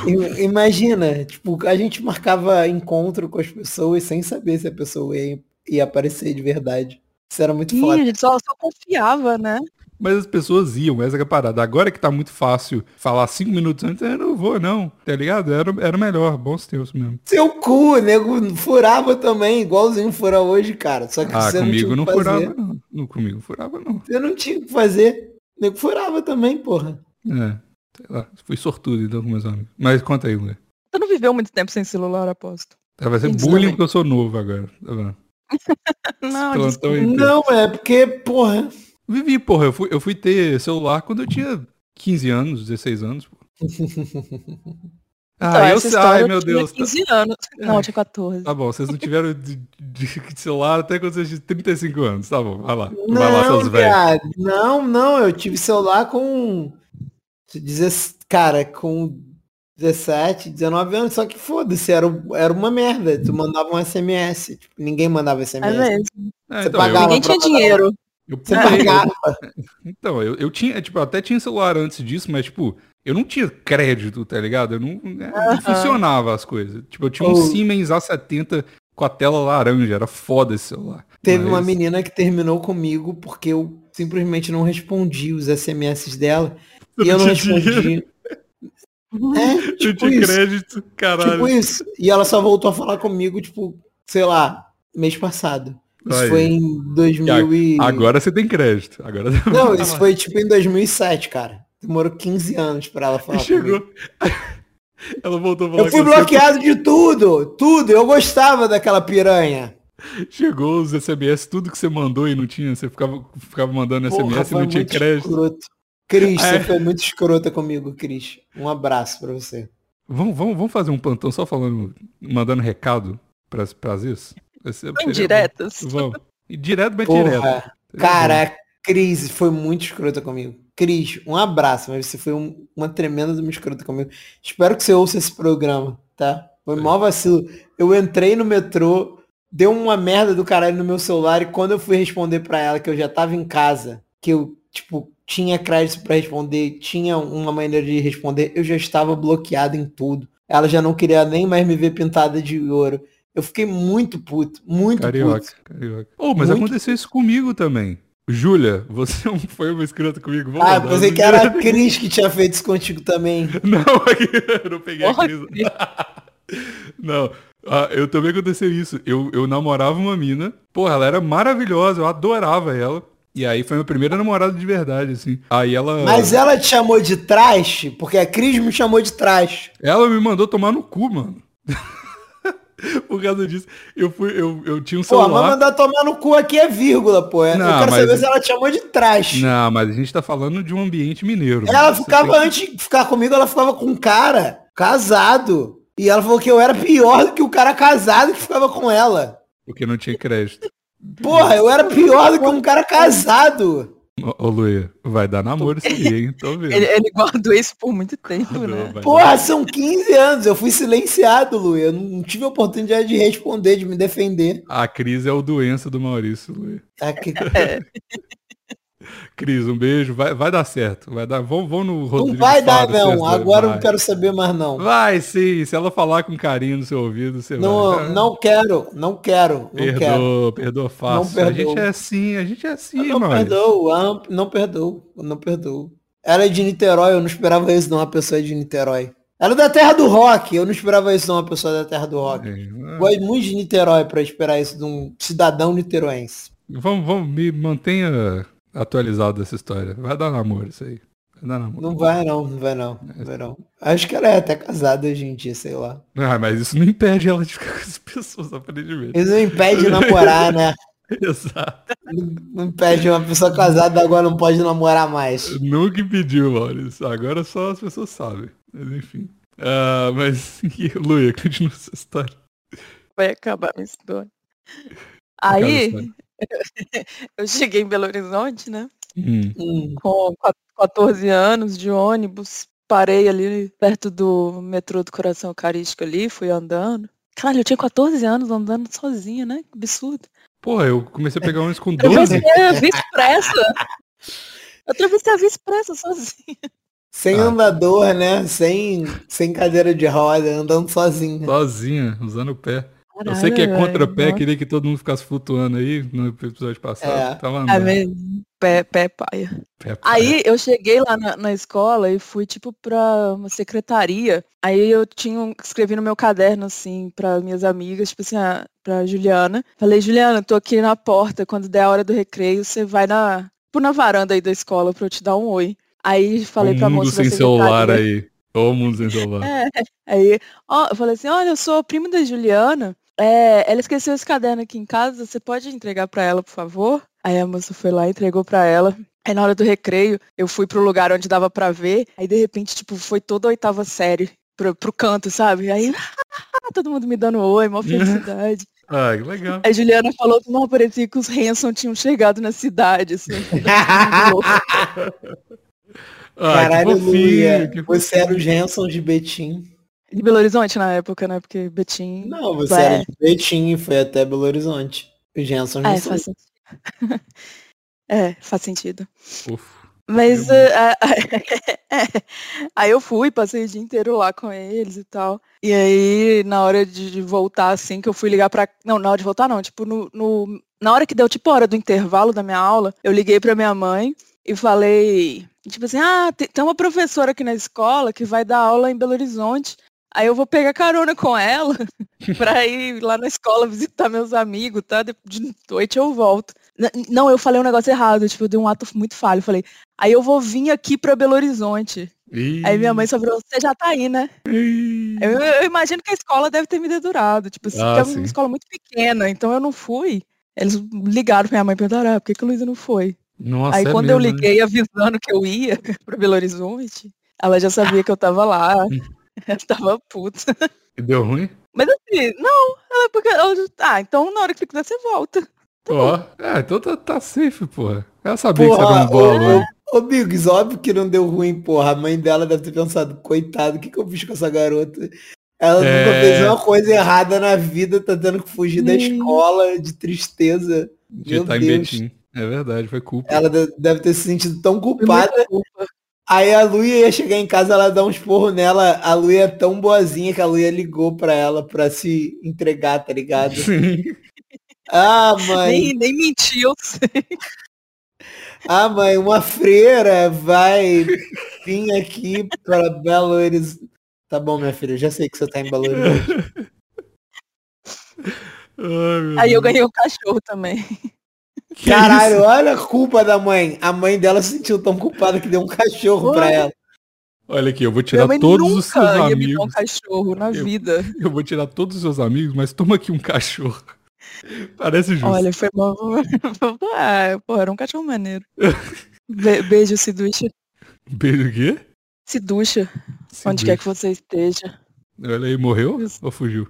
A: im- imagina, tipo, a gente marcava encontro com as pessoas sem saber se a pessoa ia, ia aparecer de verdade. Isso era muito
B: Ih, a
A: foda.
B: gente só, só confiava, né?
C: Mas as pessoas iam, essa que é a parada. Agora que tá muito fácil falar cinco minutos antes, eu não vou, não. Tá ligado? Era, era melhor, bons teus mesmo.
A: Seu cu, nego furava também, igualzinho fura hoje, cara. Só É que
C: Ah,
A: você
C: comigo
A: não
C: não,
A: tinha o que fazer.
C: furava, não. não. Comigo não furava, não.
A: Você não tinha o que fazer. Nego furava também, porra.
C: É, sei lá. Fui sortudo então com meus amigos. Mas conta aí, Lê.
B: Você não viveu muito tempo sem celular, aposto. [LAUGHS]
C: Vai ser
B: Isso
C: bullying
B: também.
C: porque eu sou novo agora. Tá vendo?
B: Não,
C: Plantão
B: desculpa.
C: inteiro.
A: Não, é porque, porra.
C: Vivi, porra, eu fui, eu fui ter celular quando eu tinha 15 anos, 16
A: [LAUGHS]
C: anos, pô.
B: Então,
C: Ah, eu
B: essa
C: sei,
B: história
C: ai
B: eu
C: meu
B: tinha
C: Deus. Tá,
B: 15 anos. Não, eu tinha 14.
C: tá bom, vocês não tiveram de, de- de celular até quando vocês tinham 35 anos, tá bom, vai lá. vai lá,
A: Não,
C: seus velhos.
A: viado. Não, não, eu tive celular com. deze- Cara, com 17, 19 anos, só que foda-se, era, o- era uma merda. Tu mandava um SMS, tipo, ninguém mandava
B: É
A: SMS.
B: mesmo.
C: É,
A: Você
C: então, eu,
A: pagava.
B: Ninguém tinha dinheiro.
C: eu
A: Você
C: pulei, eu-
A: pagava.
C: Então, eu, eu tinha, tipo, eu até tinha celular antes disso, mas, tipo, eu não tinha crédito, tá ligado? Eu não, né, não funcionava as coisas. Tipo, eu tinha um
A: Ou-
C: Siemens A70 com a tela laranja, era foda esse celular.
A: Teve uma
C: Mas-
A: menina que terminou comigo porque eu simplesmente não respondi os SMS dela. e
C: [LAUGHS]
A: eu não
C: pediu
A: respondi. É,
C: Eu
A: tipo
C: tinha
A: isso.
C: crédito, caralho.
A: Tipo isso. E ela só voltou a falar comigo, tipo, sei lá, mês passado. Isso
C: Aí.
A: foi em 2000 e...
C: Agora você tem crédito. Agora
A: Não, isso foi tipo em 2007, cara. Demorou 15 anos pra ela falar comigo.
C: chegou. [LAUGHS] Ela voltou a falar
A: Eu fui
C: com
A: bloqueado de tudo, tudo. Eu gostava daquela piranha.
C: Você. Chegou os SMS, tudo que você mandou e não tinha. Você ficava, ficava mandando
A: Porra,
C: SMS e
A: foi
C: não tinha
A: muito tipo
C: crédito.
A: escroto. Cris,
C: Ah, é.
A: você foi muito escrota comigo, Cris. Um abraço pra você.
C: Vamos, vamos, vamos fazer um plantão só falando, mandando recado pras, pras isso? Esse- seria
B: Indiretas.
C: bom. Vamos. E direto, mas direto.
A: Porra, é cara, a Cris foi muito escrota comigo. Cris, um abraço, mas você foi um- uma tremenda de uma escrota comigo. Espero que você ouça esse programa, tá? Foi mó vacilo. Eu entrei no metrô, deu uma merda do caralho no meu celular e quando eu fui responder pra ela que eu já tava em casa, que eu, tipo, tinha crédito pra responder, tinha uma maneira de responder, eu já estava bloqueado em tudo. Ela já não queria nem mais me ver pintada de ouro. Eu fiquei muito puto, muito puto.
C: Carioca, carioca. Oh, mas
A: Muito.
C: aconteceu isso comigo também. Júlia, você [LAUGHS] não foi uma escrota comigo. Vou
A: Ah,
C: mandar.
A: pensei que era a Cris que tinha feito isso contigo
C: [LAUGHS]
A: também.
C: Não, eu não peguei a
B: Porra,
C: crise. [LAUGHS] Não. Ah, eu também aconteceu isso. Eu, eu namorava uma mina. Porra, ela era maravilhosa, eu adorava ela. E aí foi minha primeira namorada de verdade, assim. Aí ela.
A: Mas é- ela te chamou de traste, porque a Cris me chamou de traste.
C: Ela me mandou tomar no cu, mano. [LAUGHS] Por causa disso, eu fui, eu, eu tinha um
A: Pô, mas
C: celular.
A: mandar tomar no cu aqui é vírgula, pô. Eu
C: Não,
A: quero
C: mas-
A: saber se ela te chamou de traste.
C: Não, mas a gente tá falando de um ambiente mineiro.
A: Ela
C: Você
A: ficava,
C: tem que-
A: antes de ficar comigo, ela ficava com um cara casado. E ela falou que eu era pior do que o cara casado que ficava com ela.
C: Porque não tinha crédito.
A: Porra, eu era pior do que um cara casado.
C: Ô, Luia, vai dar namoro isso aí, hein? Tô vendo.
B: Ele, ele guardou isso por muito tempo, né?
C: Vai dar-
A: Porra, são 15 anos. Eu fui silenciado, Lu. Eu não tive a oportunidade de responder, de me defender.
C: A Cris é o doença do Maurício, Luia.
A: Tá, que-
B: É,
C: Cris, um beijo. Vai, vai dar certo. Vai dar. Vão, vão no Rodrigo.
A: Não vai dar,
C: Faro, vocês
A: não.
C: dois.
A: Agora eu
C: vai.
A: não quero saber mais, não.
C: Vai sim. Se ela falar com carinho no seu ouvido, você vai.
A: Não, não quero, não quero, não
C: perdoa,
A: quero.
C: perdoa fácil.
A: Não
C: a gente
A: perdoo.
C: é assim, a gente é assim,
A: não
C: mano.
A: perdoo, am- não perdoo, não perdoo. Ela é de Niterói, eu não esperava isso não, uma pessoa de Niterói. Ela é da terra do rock, eu não esperava isso não, uma pessoa da terra do rock.
C: É,
A: Gosto muito de Niterói pra esperar isso de um cidadão niteroense.
C: Vamos, vamos, me mantenha atualizado dessa história. Vai dar namoro isso aí. Vai dar namoro.
A: Não vai não, não vai não, não vai não. Acho que ela é até casada hoje em dia, sei lá.
C: Ah, mas isso não impede ela de ficar com as pessoas, aparentemente.
A: Isso não impede de namorar, né?
C: [LAUGHS] Exato.
A: Não impede uma pessoa casada agora não pode namorar mais.
C: Nunca impediu, Maurício. Agora só as pessoas sabem. Mas enfim. Ah, mas, [LAUGHS] Luia, continua essa história.
B: vai acabar minha história.
C: Acaba a
B: Aí,
C: Tá história.
B: [LAUGHS] eu cheguei em Belo Horizonte, né?
C: Hum.
A: Hum,
B: com qua- 14 anos de ônibus, parei ali perto do metrô do Coração Eucarístico ali, fui andando. Caralho, eu tinha 14 anos andando sozinha, né? Que absurdo.
C: Porra, eu comecei a pegar
B: [LAUGHS]
C: ônibus com 12.
B: Atravessei a Via Expressa. Atravessei a Via Expressa sozinha.
A: Sem
C: Ah.
A: andador, né? Sem, sem cadeira de roda, andando sozinho.
C: Sozinha, usando o pé. Eu sei que é contra pé,
B: que
C: queria que todo mundo ficasse flutuando aí no episódio passado.
A: É.
C: Tava
B: É
C: andando.
B: mesmo. Pé, pé, paia.
C: Pé pra-
B: Aí eu cheguei lá na, na escola e fui, tipo, pra uma secretaria. Aí eu tinha um, escrevi no meu caderno, assim, para minhas amigas, tipo assim, ah, pra Juliana. Falei, Juliana, eu tô aqui na porta, quando der a hora do recreio, você vai na, tipo, na varanda aí da escola pra eu te dar um oi. Aí falei
C: o
B: pra
C: Um mundo
B: moça da
C: sem celular
B: secretaria.
C: aí. Ô, mundo sem celular.
B: É, [LAUGHS] aí, ó, eu falei assim, olha, eu sou primo da Juliana, é, ela esqueceu esse caderno aqui em casa, você pode entregar pra ela, por favor? Aí a moça foi lá, entregou pra ela. Aí na hora do recreio, eu fui pro lugar onde dava pra ver, aí de repente, tipo, foi toda a oitava série pro, pro canto, sabe? Aí, [LAUGHS] ah, todo mundo me dando oi, mó felicidade.
C: Ah, que legal.
B: Aí a Juliana falou que não parecia que os Hanson tinham chegado na cidade, assim.
A: [LAUGHS]
C: Ah,
A: Caralho,
C: que fofinho.
A: Luia.
C: Que fofinho.
A: Você era o Jenson de Betim.
B: [LAUGHS] De Belo Horizonte na época, né? Porque Betim...
A: Não, você
B: Ué.
A: era de Betim e foi até Belo Horizonte. O Jenson já
B: Ah, é, [LAUGHS]
A: saiu.
B: faz sentido. é, faz sentido.
C: Fofo.
B: Mas
C: Meu
B: ah, é. [LAUGHS] aí eu fui, passei o dia inteiro lá com eles e tal. E aí, na hora de de voltar, assim, que eu fui ligar pra. Não, na hora de voltar não, tipo, no, no- na hora que deu, tipo, a hora do intervalo da minha aula, eu liguei pra minha mãe e falei, tipo assim, ah, te- tem uma professora aqui na escola que vai dar aula em Belo Horizonte. Aí eu vou pegar carona com ela [LAUGHS] pra ir lá na escola visitar meus amigos, tá? De de noite eu volto. N- Não, eu falei um negócio errado, tipo, eu dei um ato muito falho. Eu Falei, Aí eu vou vir aqui pra Belo Horizonte.
C: Ih,
B: Aí minha mãe sobrou, você já tá aí, né?
C: ih.
B: Eu, eu imagino que a escola deve ter me dedurado. Tipo, assim,
C: Ah,
B: porque é
C: sim.
B: uma escola muito pequena, então eu não fui. Eles ligaram pra minha mãe e perguntaram, ah, por que, que o Luísa não foi?
C: Nossa,
B: aí
C: é
B: quando eu
C: mesmo, né?
B: liguei avisando que eu ia [LAUGHS] pra Belo Horizonte, ela já sabia que eu tava
C: [LAUGHS]
B: lá. Eu tava puta.
C: né? E Deu ruim?
B: Mas assim, não, ela- porque ela, ah, então na hora que quiser você volta.
C: Ó, é, então tá, tá safe, porra. Ela sabia que você
A: Porra,
C: era um bola,
A: ô,
C: né?
A: ô, ô, Biggs, óbvio que não deu ruim, porra. A mãe dela deve ter pensado, coitado, o que, que eu fiz com essa garota? Ela nunca
C: É.
A: fez uma coisa errada na vida, tá tendo que fugir da
B: Hum.
A: escola de tristeza.
C: De
A: Meu
C: tá em
A: Deus.
C: Betim. É verdade, foi culpa.
A: Ela de- deve ter se sentido tão
B: Foi muita
A: culpada.
B: culpa.
A: Aí a Luia ia chegar em casa, ela dá uns porros nela. A Luia é tão boazinha que a Luia ligou pra ela pra se entregar, tá ligado?
C: [LAUGHS] Sim.
A: Ah, mãe.
B: Nem, nem mentiu.
C: Uhum.
A: Ah, mãe, uma freira vai vir aqui para Belo Horizonte. Tá bom, minha filha, eu já sei que você tá em Belo Horizonte.
C: Ai, meu
B: Aí eu
C: Deus.
B: ganhei um cachorro também.
C: Que
A: Caralho,
C: isso?
A: olha a culpa da mãe. A mãe dela se sentiu tão culpada que deu um cachorro pra
B: Olha.
A: ela.
C: Olha aqui, eu vou
B: Minha
C: tirar
B: mãe
C: todos
B: nunca
C: os seus
B: ia me dar um
C: amigos.
B: cachorro na
C: Eu- [LAUGHS]
B: vida.
C: Eu vou tirar todos os seus amigos, mas toma aqui um cachorro. Parece justo.
B: Olha, foi [LAUGHS] mal. ah, pô, era um cachorro maneiro. Be- beijo, se ducha.
C: Beijo o quê?
B: Se ducha,
C: Se
B: onde quer que você esteja.
C: beijo. Olha aí, morreu
B: Isso.
C: ou fugiu?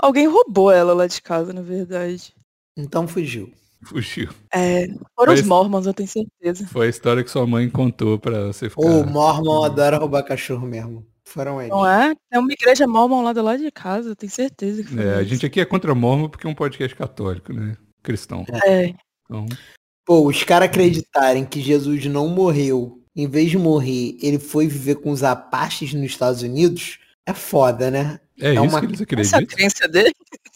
B: Alguém roubou ela lá de casa, na verdade.
A: Então fugiu.
C: Fugiu.
B: É, foram os
C: Mas-
B: mormons, eu tenho certeza.
C: Foi a história que sua mãe contou pra você ficar.
A: O Mormon adora roubar cachorro mesmo. Foram eles.
B: Não é? É uma igreja mormon lá do lado de casa, eu tenho certeza que foi.
C: É, a
B: isso.
C: gente aqui é contra mormon porque é um podcast católico, né? Cristão.
B: É,
C: Então,
A: Pô, os caras acreditarem que Jesus não morreu, em vez de morrer, ele foi viver com os apaches nos Estados Unidos, é foda, né?
C: é, isso
A: uma-
C: que eles
B: essa é a
C: acreditam.
B: crença dele.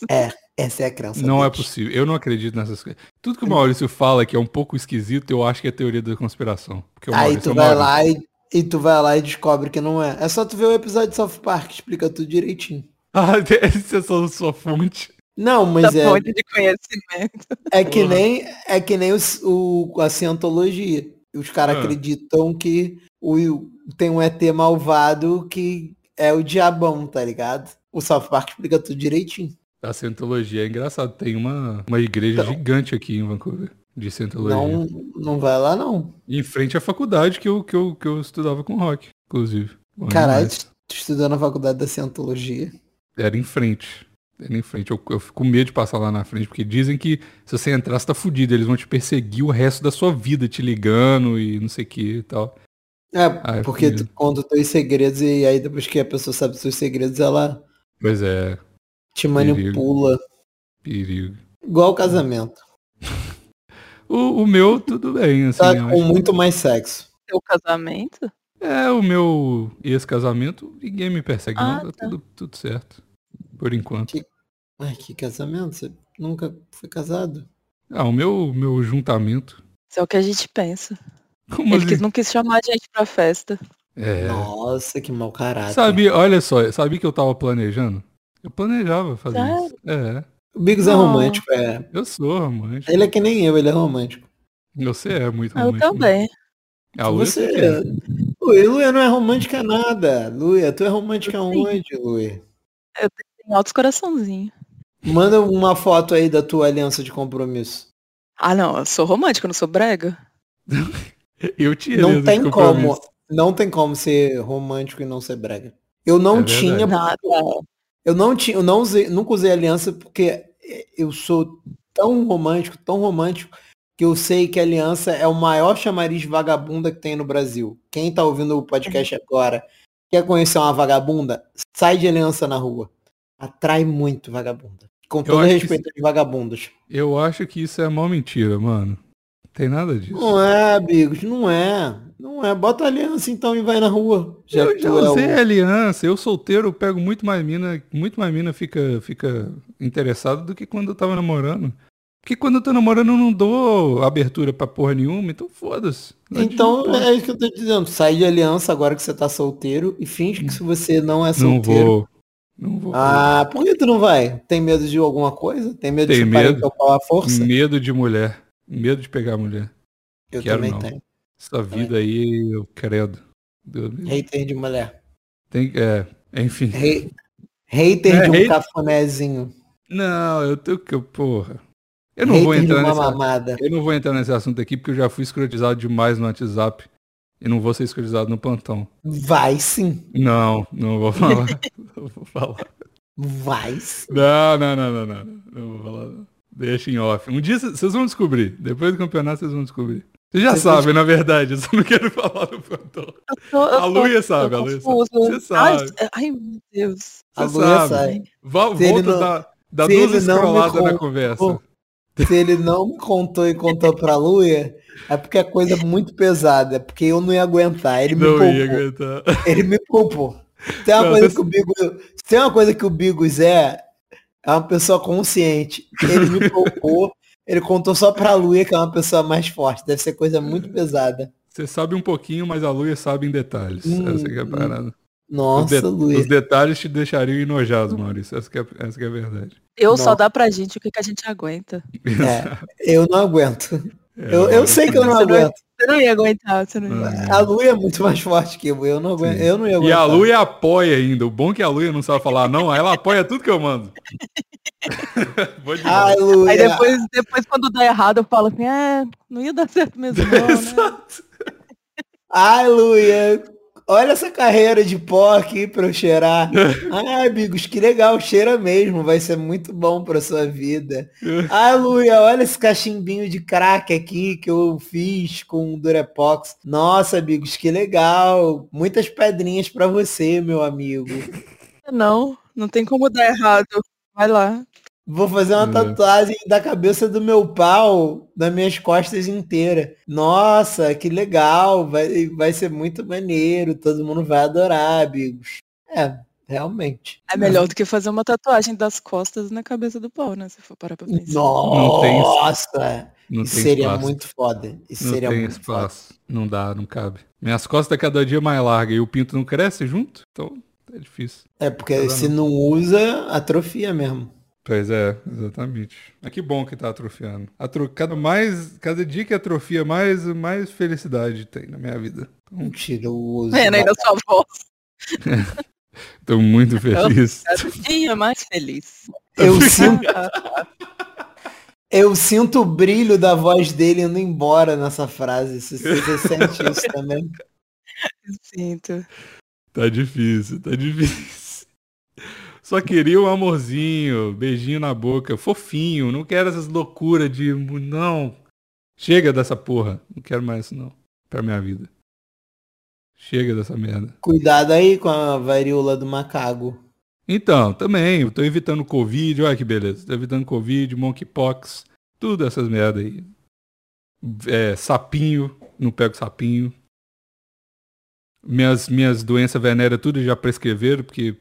B: [LAUGHS]
A: Essa é a crença.
C: Não é
A: deles.
C: possível. Eu não acredito nessas coisas. Tudo que o Maurício fala que é um pouco esquisito, eu acho que é teoria da conspiração. Porque o
A: Aí
C: Maurício é
A: tu
C: o
A: vai
C: Maurício.
A: lá e, e tu vai lá e descobre que não é. É só tu ver o episódio de South Park, que explica tudo direitinho.
C: [LAUGHS] Ah, [LAUGHS] essa é só sua fonte.
A: Não,
B: Da
A: mas é,
B: fonte de conhecimento.
A: é que
C: Porra.
A: nem é que nem os- o, a cientologia. Os caras
C: Ah.
A: acreditam que o, tem um ET malvado que é o diabão, tá ligado? O South Park explica tudo direitinho.
C: A Scientologia é engraçado. Tem uma, uma igreja
A: Então.
C: gigante aqui em Vancouver de Scientologia.
A: Não, não vai lá não.
C: Em frente à faculdade que eu, que eu, que eu estudava com rock, inclusive. Bom
A: Caralho,
C: demais.
A: tu estudou na faculdade da cientologia.
C: Era em frente. Era em frente. Eu, eu fico com medo de passar lá na frente, porque dizem que se você entrar, você tá fudido. Eles vão te perseguir o resto da sua vida, te ligando e não sei o que e tal.
A: É,
C: Ah, é
A: porque tu
C: fudido.
A: conta os teus segredos e aí depois que a pessoa sabe os seus segredos, ela
C: Pois é,
A: te
C: Perigo.
A: manipula.
C: perigo.
A: Igual o casamento.
C: O, o meu, tudo bem, assim.
A: Tá
C: eu
A: com
C: acho.
A: muito mais sexo.
B: [LAUGHS] Seu casamento?
C: É, o meu ex-casamento, ninguém me persegue,
B: Ah,
C: não. Tá
B: tá.
C: tudo, tudo certo. Por enquanto.
A: Ai, que casamento? Você nunca foi casado?
C: Ah, o meu, meu juntamento. [LAUGHS]
B: Isso é o que a gente pensa.
A: É
C: Como
B: Ele
C: assim?
B: quis- não quis chamar a gente pra festa.
C: É.
A: Nossa, que mau caráter.
C: Sabe, olha só, sabe que eu tava planejando? Eu planejava fazer
B: Sério?
C: isso. É.
A: O Biggs é
B: Não.
A: romântico, é.
C: Eu sou romântico.
A: Ele é que nem eu, ele é romântico.
C: Você é muito
B: Ah, Eu
C: romântico.
B: também.
C: A Lu,
A: Você.
C: que é.
A: Ui, Luia não é romântica nada. Luia, tu é romântica onde, Luia?
B: Tem altos coraçãozinhos.
A: Manda uma foto aí da tua aliança de compromisso.
B: Ah, não, eu sou romântica, eu não sou brega.
C: Eu tinha
A: é. Não
C: aliança de
A: tem como.
C: compromisso.
A: Não tem como ser romântico e não ser brega. Eu não
C: É
A: tinha.
C: verdade.
B: Nada.
A: Eu não tinha. Eu não usei, nunca usei aliança porque eu sou tão romântico, tão romântico, que eu sei que aliança é o maior chamariz de vagabunda que tem no Brasil. Quem tá ouvindo o podcast agora quer conhecer uma vagabunda, sai de aliança na rua. Atrai muito vagabunda. Com todo
C: acho que
A: respeito aos vagabundos.
C: Eu acho que isso é mó mentira, mano. tem nada disso.
A: Não é, amigos, não é. Não é. Bota aliança então e vai na rua. Já
C: Eu
A: que
C: já
A: tu é o-
C: usei aliança, eu solteiro eu pego muito mais mina, muito mais mina fica, fica interessado do que quando eu tava namorando. Porque quando eu tô namorando eu não dou abertura pra porra nenhuma, então foda-se. Não
A: Então
C: adianta.
A: é isso que eu tô dizendo. Sai de aliança agora que você tá solteiro e finge que se você não é
C: Hum. não
A: solteiro.
C: vou. Não vou.
A: Ah, por que tu não vai? Tem medo de alguma coisa? Tem medo
C: Tem
A: de chuparem
C: medo. Hum,
A: teu pau à força?
C: medo de mulher. Medo de pegar mulher.
A: eu
C: quero
A: também
C: não.
A: tenho.
C: Essa vida aí, eu credo. Deus me-
A: Hater de mulher.
C: Tem, é, enfim.
A: Re- Hater
C: É,
A: de um
C: hater-
A: cafonézinho.
C: Não, eu tô que eu- porra. Eu não
A: hater
C: vou
A: de
C: entrar
A: uma
C: nesse,
A: mamada.
C: eu não vou entrar nesse assunto aqui porque eu já fui escrotizado demais no WhatsApp e não vou ser escrotizado no plantão.
A: Vai sim.
C: Não, não
A: [LAUGHS]
C: vou falar. não vou falar.
A: Vai sim.
C: Não, não, não, não, não. Não vou falar. não. Deixa em off. Um dia c- vocês vão descobrir. Depois do campeonato vocês vão descobrir. Vocês já
A: Vocês vão
C: sabem, na verdade. Eu só não quero falar no plantão.
B: Eu tô, eu
C: A
B: tô-
C: Luia
B: tô
C: sabe, a Luia sabe.
B: confusa.
C: Você sabe.
B: Ai, ai, meu Deus.
A: A
C: Você
A: Luia
C: sabe.
A: sai.
C: Vol-
A: Se ele
C: Volta
A: não-
C: da, da
A: se
C: duas
A: ele não me
C: escroladas na
A: contou-
C: conversa.
A: Se ele não me contou e contou pra Luia, é porque é coisa muito pesada. É porque eu não ia aguentar. Ele me
C: Não ia
A: poupou.
C: aguentar.
A: Ele me poupou. Tem uma
C: Não,
A: coisa
C: você-
A: que o Bigos. se Tem uma coisa que o Bigos é, é uma pessoa consciente. Ele me poupou. Ele contou só pra Luia, que é uma pessoa mais forte. Deve ser coisa muito pesada.
C: Você sabe um pouquinho, mas a Luia sabe em detalhes.
A: Hum,
C: essa que é a
A: hum.
C: parada. os,
A: Nossa,
C: de- os
A: Luia.
C: é,
A: É,
C: É,
A: é
C: [LAUGHS] Ah. é [LAUGHS]
A: Ah,
B: É. assim, né?" É,
A: É,
B: É
C: É.
B: né,
A: É,
C: é, tá
B: É, né, É,
C: [LAUGHS]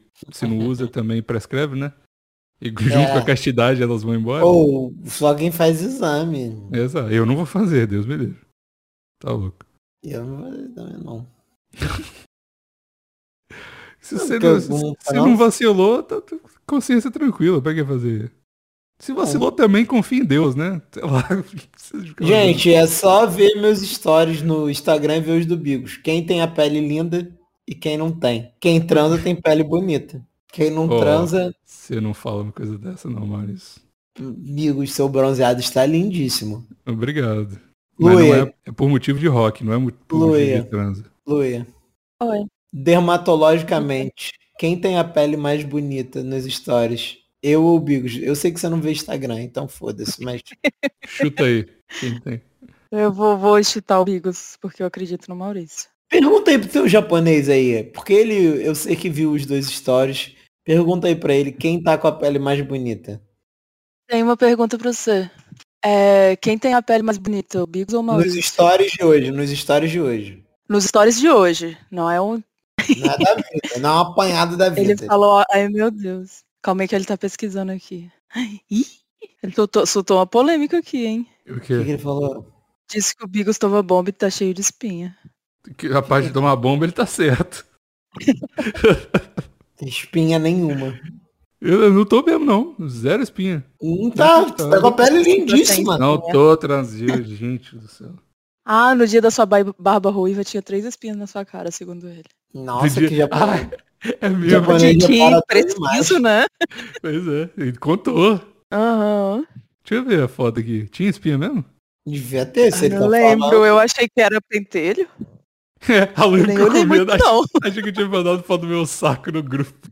A: é então é, tá Nos stories de hoje,
B: É, quem tem a pele mais bonita, o Bigos ou o Maurício?
C: Tá um Então, É, né? [LAUGHS] Tá tá né? [LAUGHS] é-
A: nos stories de hoje.
B: Nos stories de hoje. Não é um.
A: Nada a vida, não é uma apanhada da
B: Ele
A: vida.
B: falou, ai meu Deus. Calma aí que ele tá pesquisando aqui. Ai, Ih, ele soltou, soltou uma polêmica aqui, hein?
C: O
A: [LAUGHS] O que que
C: quê?
A: ele falou?
B: Disse que o Bigos toma bomba e tá cheio de espinha.
C: Que, rapaz de tomar bomba, ele tá certo.
A: Tem espinha nenhuma.
C: Eu, eu não tô mesmo, não. Zero espinha.
A: Não tá, você tá com a pele lindíssima.
C: Não tô transgio, [LAUGHS] gente do céu.
B: Ah, no dia da sua bai- barba ruiva tinha três espinhas na sua cara, segundo ele.
A: Nossa, que
C: Podia-
A: japonês.
C: Ai, é mesmo,
A: Japonês. Mano, ele
B: que
A: repara tudo
B: preciso, né?
C: pois é. Ele contou.
B: Aham.
C: Deixa eu ver a foto aqui. Tinha espinha mesmo?
A: Devia ter, se
B: Ah,
A: ele
B: não
A: tá
B: lembro,
A: falando.
B: eu achei que era pentelho.
C: É, [LAUGHS] a Lu
B: Nem
C: ficou
B: olhei
C: com
B: muito,
C: medo. [LAUGHS] Achei,
B: não. [LAUGHS]
C: achei que eu tinha mandado foto do meu saco no grupo.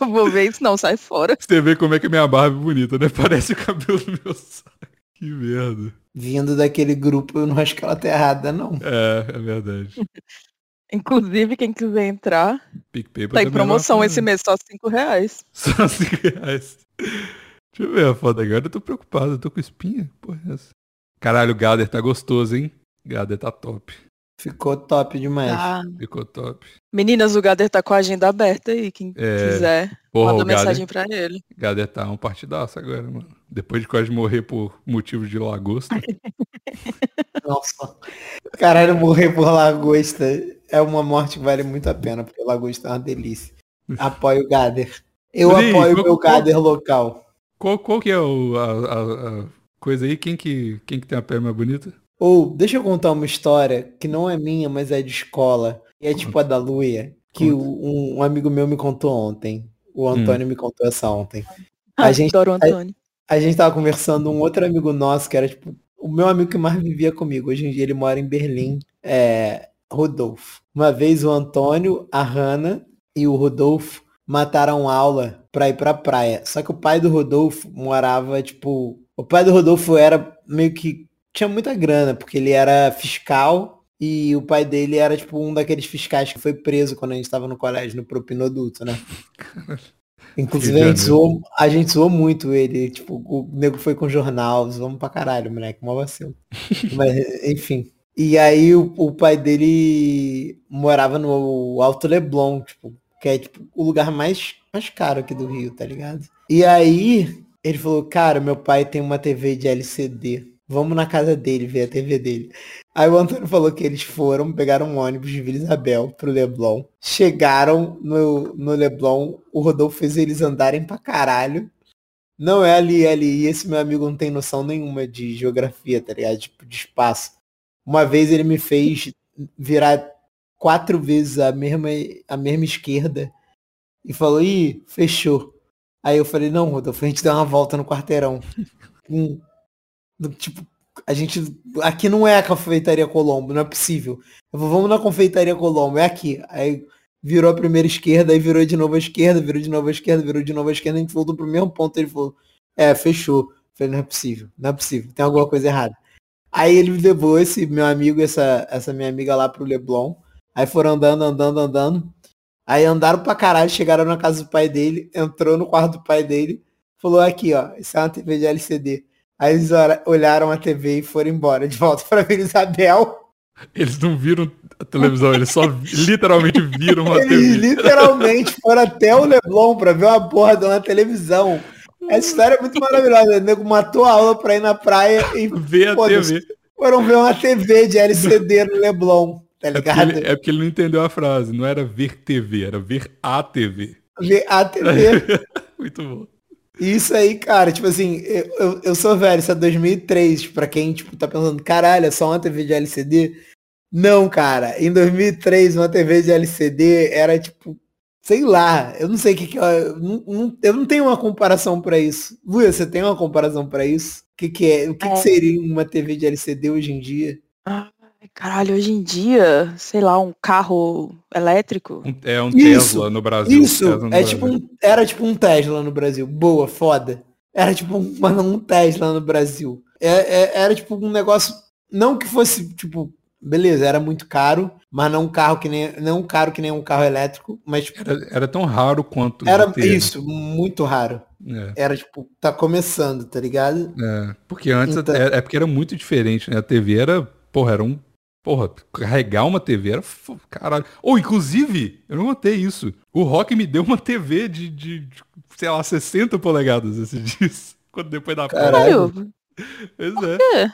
B: Eu Vou ver isso, não, sai fora.
C: Você vê como é que a minha barba é bonita, né? [LAUGHS] Parece o cabelo do meu saco. Que merda.
A: Vindo daquele grupo, eu não acho que ela tá errada, não.
C: É, é verdade.
B: Inclusive, quem quiser entrar,
C: PicPay pra
B: tá em
C: também não é
B: promoção
C: ajuda.
B: esse mês, só cinco reais.
C: né? [LAUGHS] Só 5 reais. Deixa eu ver a foto agora. Eu tô preocupado. Eu tô com espinha. Porra, é essa? Caralho, o Gader tá gostoso, hein? Gader tá top.
A: Ficou top demais.
B: Tá.
C: Ficou top.
B: Meninas, o Gader tá com a agenda aberta aí, quem
C: É,
B: quiser,
C: Porra,
B: manda
C: o Gader,
B: mensagem pra ele.
C: Gader tá um partidaço agora, mano. Depois de quase morrer por motivos de lagosta.
A: Nossa. Caralho, morrer por lagosta é uma morte que vale muito a pena, porque lagosta é uma delícia. Apoio o Gader. Eu
C: Mas e aí,
A: apoio o
C: qual-
A: meu
C: qual-
A: Gader local.
C: Qual, qual que é o- a, a- a coisa aí? Quem que, quem que tem a pele mais bonita?
A: Ou, deixa eu contar uma história que não é minha, mas é de escola. E é tipo a da Luia, que
C: Conta.
A: o- um, um amigo meu me contou ontem. O Antônio me contou essa ontem. A gente- tá
B: A gente... Adoro o Antônio.
A: A gente tava conversando, um outro amigo nosso, que era tipo, o meu amigo que mais vivia comigo. Hoje em dia ele mora em Berlim. É. Rodolfo. Uma vez o Antônio, a Hanna e o Rodolfo mataram aula pra ir pra praia. Só que o pai do Rodolfo morava, tipo. O pai do Rodolfo era meio que. Tinha muita grana, porque ele era fiscal e o pai dele era, tipo, um daqueles fiscais que foi preso quando a gente tava no colégio, no propinoduto, né? Inclusive, a gente,
C: Rio de Janeiro.
A: zoou, a gente zoou muito ele. Tipo, o nego foi com jornal, zoamos pra caralho, moleque, mó vacilo. Mas, enfim. E aí o, o pai dele morava no Alto Leblon, tipo, que é tipo, o lugar mais, mais caro aqui do Rio, tá ligado? E aí ele falou, cara, meu pai tem uma TV de LCD. Vamos na casa dele ver a TV dele. Aí o Antônio falou que eles foram, pegaram um ônibus de Vila Isabel pro Leblon. Chegaram no, no Leblon, o Rodolfo fez eles andarem pra caralho. Não é ali, é ali. E esse meu amigo não tem noção nenhuma de geografia, tá ligado? Tipo, de espaço. Uma vez ele me fez virar quatro vezes a mesma, a mesma esquerda e falou, ih, fechou. Aí eu falei, não, Rodolfo, a gente dá uma volta no quarteirão. Hum. Do- tipo, a gente. Aqui não é a confeitaria Colombo, não é possível. Eu falei, vamos na confeitaria Colombo, é aqui. Aí virou a primeira esquerda, aí virou de novo a esquerda, virou de novo a esquerda, virou de novo a esquerda, a gente voltou pro mesmo ponto, ele falou, é, fechou. Eu falei, não é possível, não é possível, tem alguma coisa errada. Aí ele me levou esse meu amigo, essa, essa minha amiga lá pro Leblon. Aí foram andando, andando, andando. Aí andaram pra caralho, chegaram na casa do pai dele, entrou no quarto do pai dele, falou aqui, ó, isso é uma TV de LCD. Aí eles ora- olharam a TV e foram embora, de volta pra Vila Isabel.
C: Eles não viram a televisão, eles
A: [LAUGHS]
C: só vi- literalmente viram a
A: Eles
C: TV.
A: literalmente foram até o Leblon pra ver uma porra de uma televisão. Essa história é muito maravilhosa. O nego matou a aula pra ir na praia e
C: Vê a
A: foda-se.
C: TV.
A: foram ver uma TV de LCD no Leblon, tá
C: É porque,
A: ligado?
C: ele, é porque ele não entendeu a frase. Não era ver TV, era ver a TV.
A: Ver a TV.
C: [LAUGHS] Muito bom.
A: Isso aí, cara, tipo assim, eu, eu, eu sou velho, isso é 2003, pra quem, tipo, tá pensando, caralho, é só uma TV de LCD? Não, cara, em 2003 uma TV de LCD era, tipo, sei lá, eu não sei o que que é, eu não, não- eu não tenho uma comparação pra isso. Luia, você tem uma comparação pra isso? O que que é, o que, que
B: É.
A: seria uma TV de LCD hoje em dia?
B: Ai, Caralho, hoje em dia, sei lá, um carro elétrico.
C: Um- é um
A: Isso,
C: Tesla no Brasil.
A: Isso,
C: Tesla no
A: é
C: Brasil.
A: tipo um- era tipo um Tesla no Brasil. Boa, foda. Era tipo um, [LAUGHS] mano, um Tesla no Brasil. É- é- era tipo um negócio. Não que fosse, tipo, beleza, era muito caro, mas não um carro que nem não caro que nem um carro elétrico, mas tipo,
C: Era, era tão raro quanto.
A: era
C: não ter.
A: isso, muito raro.
C: É.
A: Era tipo, tá começando, tá ligado?
C: É, porque antes
A: Então.
C: é, é porque era muito diferente, né? A TV era, porra, era um. Porra, carregar uma TV era fo- caralho. Ou, inclusive, eu não notei isso. O Rock me deu uma TV de, de, de, sei lá, 60 polegadas [LAUGHS] esses dias. Quando depois da
A: Caralho.
B: Caralho,
C: Pois
B: por
C: é.
B: quê?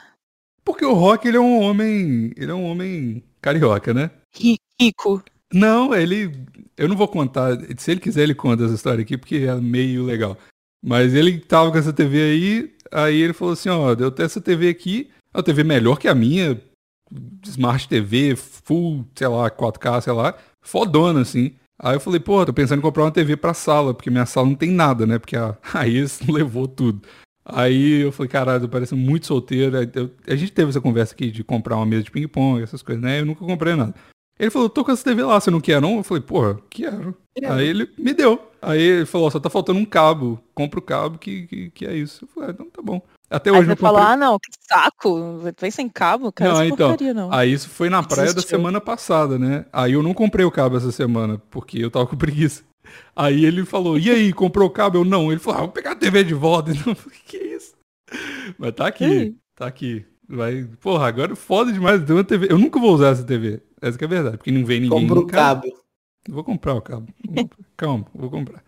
C: Porque o Rock, ele é um homem. Ele é um homem carioca, né?
B: Ri- Rico.
C: Não, ele. Eu não vou contar. Se ele quiser, ele conta essa história aqui, porque é meio legal. Mas ele tava com essa TV aí, aí ele falou assim, ó, eu tenho essa TV aqui, é uma TV melhor que a minha, Smart TV, full, sei lá, 4K, sei lá, fodona, assim. Aí eu falei, pô, tô pensando em comprar uma TV pra sala, porque minha sala não tem nada, né? Porque a [LAUGHS] Raiz levou tudo. Aí eu falei, caralho, eu pareço muito solteiro. Aí eu- a gente teve essa conversa aqui de comprar uma mesa de ping-pong, essas coisas, né? Eu nunca comprei nada. Ele falou, tô com essa TV lá, você não quer não? Eu falei, porra, quero.
B: É.
C: Aí ele me deu. Aí ele falou, ó, só tá faltando um cabo. Compra o cabo que, que, que é isso. Eu falei, ah, então tá bom. Até
B: Aí
C: hoje
B: você
C: não
B: falou,
C: comprei.
B: ah não, que saco, vem sem cabo, cara,
C: Não,
B: essa
C: então,
B: porcaria não.
C: Aí isso foi na praia da
B: Desistiu.
C: semana passada, né? Aí eu não comprei o cabo essa semana, porque eu tava com preguiça. Aí ele falou, e aí, comprou o cabo? Eu não. Ele falou, ah, vou pegar a TV de volta. [LAUGHS] Eu falei, que isso? Mas tá aqui,
B: Ei.
C: tá aqui. Vai, porra, agora é foda demais. Deu uma TV. Eu nunca vou usar essa TV. Essa que é a verdade, porque não vem ninguém.
A: Compra o
C: no cabo.
A: cabo.
C: Vou comprar o cabo. Vou comprar. Calma, vou comprar.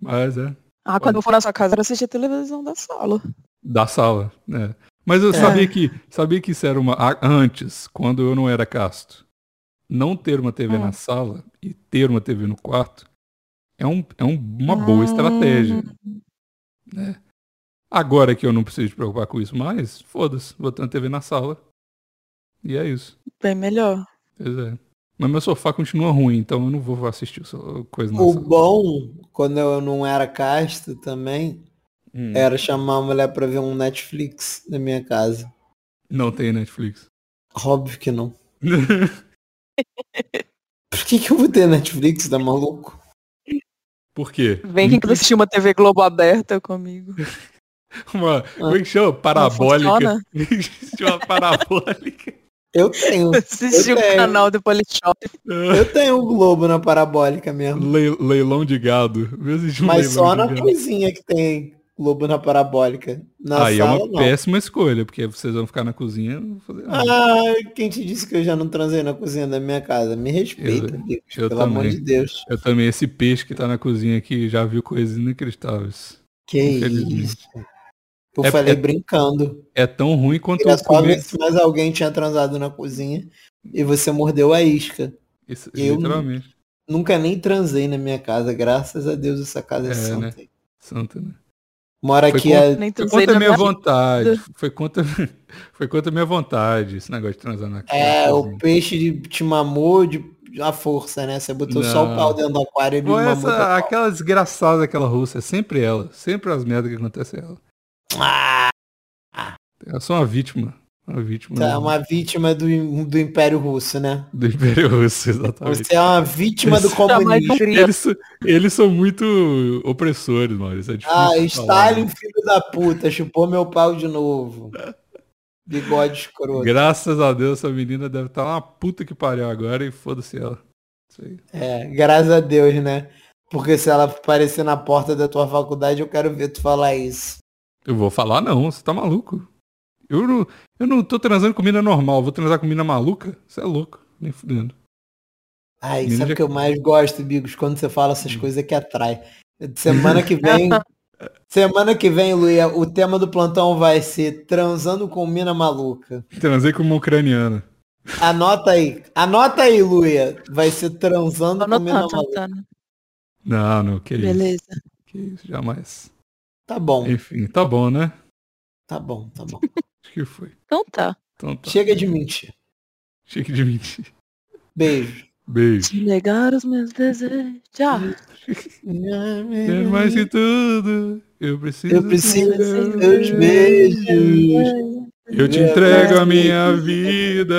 C: Mas é.
B: Ah, quando eu for na sua casa, eu assistir a televisão da sala.
C: Da sala, né? Mas eu
B: É.
C: sabia que sabia que isso era uma. a- Antes, quando eu não era casto, não ter uma TV na
B: Hum.
C: sala e ter uma TV no quarto é, um, é um- uma boa estratégia.
B: Ah.
C: Né? Agora que eu não preciso me preocupar com isso mais, foda-se, vou ter uma TV na sala. E é isso.
B: Bem melhor.
C: Pois é. Mas meu sofá continua ruim, então eu não vou assistir o- coisa na
A: O
C: sala.
A: bom, quando eu não era casto também,
C: Hum.
A: era chamar a mulher pra ver um Netflix na minha casa.
C: Não tem Netflix.
A: Óbvio que
C: [LAUGHS]
A: não. Por que, que eu vou ter Netflix, tá maluco?
C: Por quê?
B: Vem quem quiser assistir uma TV Globo aberta comigo.
C: Uma, como é que chama? Parabólica.
B: funciona?
C: [LAUGHS] Existe uma parabólica.
A: Eu tenho.
B: Assistir
A: Eu
B: o
A: tenho.
B: canal do Polishop.
A: Eu tenho o Globo na parabólica mesmo.
C: Le- leilão de gado. Eu assisti um
A: Mas
C: leilão
A: só na
C: de gado.
A: cozinha que tem Globo na parabólica. Na
C: Aí é
A: sala,
C: uma
A: não.
C: péssima escolha, porque vocês vão ficar na cozinha. não vou fazer nada.
A: Ah, quem te disse que eu já não transei na cozinha da minha casa? Me respeita,
C: Eu-
A: amigos,
C: eu
A: pelo amor
C: também.
A: de Deus.
C: Eu também, esse peixe que tá na cozinha aqui já viu coisas inacreditáveis.
A: Que
C: Infelizmente.
A: isso. Eu
C: É-
A: falei
C: é-
A: brincando.
C: É tão ruim quanto
A: Queria
C: eu
A: só ver
C: comer.
A: se mais alguém tinha transado na cozinha e você mordeu a isca.
C: Isso,
A: eu-
C: Literalmente.
A: Nunca nem transei na minha casa, graças a Deus essa casa é,
C: É,
A: santa.
C: Santa, né?
A: Mora
C: Foi
A: aqui é
C: com-
A: a
B: Nem
C: Foi
B: transei
C: contra a
B: na
C: minha
B: minha
C: vontade. Foi contra, [LAUGHS] foi contra a minha vontade esse negócio de transar na na
A: É, o
C: cozinha.
A: peixe de- te mamou de, a força, né? Você botou só
C: Não.
A: o pau dentro do aquário e ele
C: Ou
A: mamou. teu
C: essa,
A: pau.
C: aquela desgraçada daquela russa, é sempre ela. Sempre as merdas que acontecem é ela.
A: Ah,
C: Eu sou uma vítima. Uma vítima
A: tá,
C: do,
A: uma vítima do, im- do Império Russo, né?
C: do Império Russo, exatamente.
A: Você é uma vítima do
C: Isso.
B: mais
C: um
A: comunismo.
B: Hungria.
C: Eles, so- eles são muito opressores, Maurício. É difícil
A: Ah,
C: falar.
A: Stalin, filho da puta, chupou meu pau de novo. Bigode escroto.
C: Graças a Deus, essa menina deve estar uma puta que pariu agora e foda-se ela. Isso aí.
A: É, graças a Deus, né? Porque se ela aparecer na porta da tua faculdade, eu quero ver tu falar isso.
C: Eu vou falar não, você tá maluco. Eu não, eu não tô transando comida normal, vou transar comida maluca? Você é louco, nem fudendo.
A: Ai,
C: Menino
A: sabe
C: já-
A: o que eu mais gosto, Bigos? Quando você fala essas coisas que atrai. Semana que vem. semana que vem, Luia, o tema do plantão vai ser transando com mina maluca.
C: Transei com uma ucraniana.
A: Anota aí. Anota aí, Luia. Vai ser transando
B: Tô
A: com mina
B: anotando, né? tô
A: maluca.
B: anotando.
C: Não, não, que isso.
B: Beleza.
C: Que isso, jamais.
A: Tá bom,
C: Enfim, tá bom, né?
A: tá bom, tá bom.
C: Acho que foi.
B: Então tá.
C: Então tá.
A: Chega de mentir.
C: Chique de mentir.
A: Beijo.
C: Beijo.
B: Te negar os meus desejos. Tchau.
C: Quero mais que tudo. Eu preciso.
A: Eu preciso
C: dos
A: dos teus beijos.
C: Eu te entrego a minha vida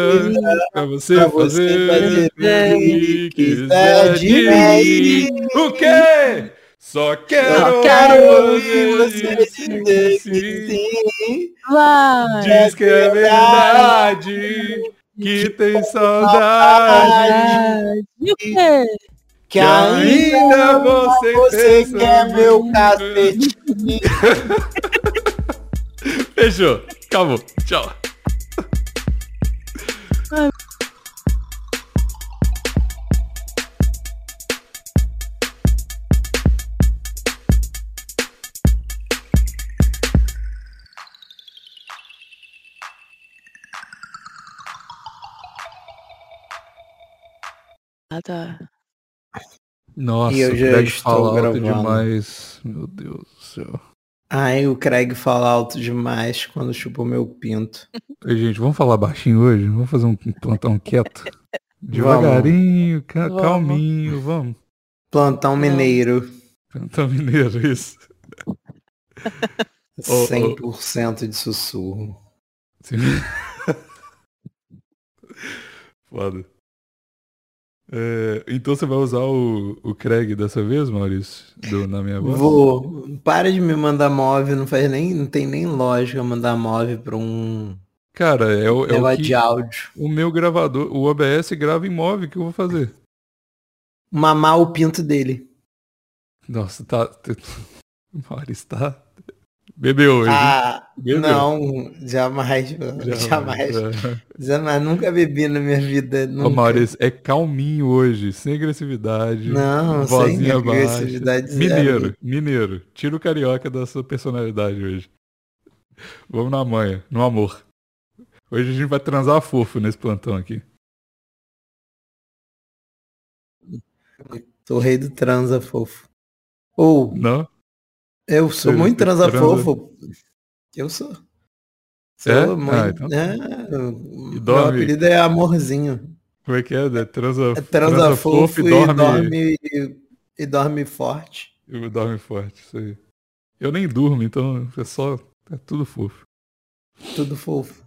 C: pra você
A: Pra você fazer
C: fazer o que
A: o que quiser
C: quiser de
A: de
C: mim. O quê? Só quero,
A: Eu quero que
C: ouvir
A: você
C: dizer
A: dizer
C: que sim.
A: que sim.
B: Vai.
C: Diz que é verdade. que tem saudade
B: E o quê?
A: Que ainda
C: você, é
A: você
C: pensa
A: quer
C: no
A: meu
C: mundo.
A: cacete.
C: Fechou. Acabou. Tchau.
B: Ah, tá.
C: Nossa,
A: E eu
C: o
A: já
C: Greg
A: estou
C: fala alto
A: gravando.
C: demais. Meu Deus do céu.
A: Ai, o Craig fala alto demais quando chupa o meu pinto.
C: Ei, gente, vamos falar baixinho hoje? Vamos fazer um plantão quieto?
A: [LAUGHS]
C: Devagarinho, ca-
B: Vamos.
C: calminho, vamos.
A: Plantão mineiro.
C: Plantão mineiro, isso. Ô, ô.
A: 100% de sussurro.
C: Sim. [LAUGHS] Foda. É, então você vai usar o, o Craig dessa vez, Maurício? Do Na Minha Voz?
A: Vou. Para de me mandar move, não faz nem. Não tem nem lógica mandar move pra um
C: Cara, é o, é o
A: negócio
C: que
A: de áudio.
C: o meu gravador, o OBS grava em móvel que eu vou fazer.
A: Mamar o pinto dele.
C: Nossa, tá. [LAUGHS] Maurício tá. Bebeu hoje. hein?
A: Ah,
C: Bebeu.
A: não, jamais, [LAUGHS] jamais.
C: é.
A: Jamais, nunca bebi na minha vida.
C: Ô,
A: Nunca.
C: Maurício, é calminho hoje, sem agressividade.
A: Não,
C: vozinha
A: sem
C: baixa.
A: agressividade zero.
C: Mineiro, mineiro. Tira o carioca da sua personalidade hoje. Vamos na manha, no amor. Hoje a gente vai transar fofo nesse plantão aqui.
A: Sou o rei do transa fofo. Ou,
C: Não?
A: eu sou
C: Você-
A: muito
C: você
A: transa
C: transa?
A: fofo. Eu sou. Sou
C: É?
A: muito.
C: Ah, então tá.
A: É,
C: E
A: meu
C: dorme?
A: apelido é amorzinho.
C: Como é que é? né? Transa,
A: É transa, fofo, e dorme. E dorme, forte.
C: e dorme forte, isso aí. Eu nem durmo, então é só. É tudo fofo.
A: Tudo fofo.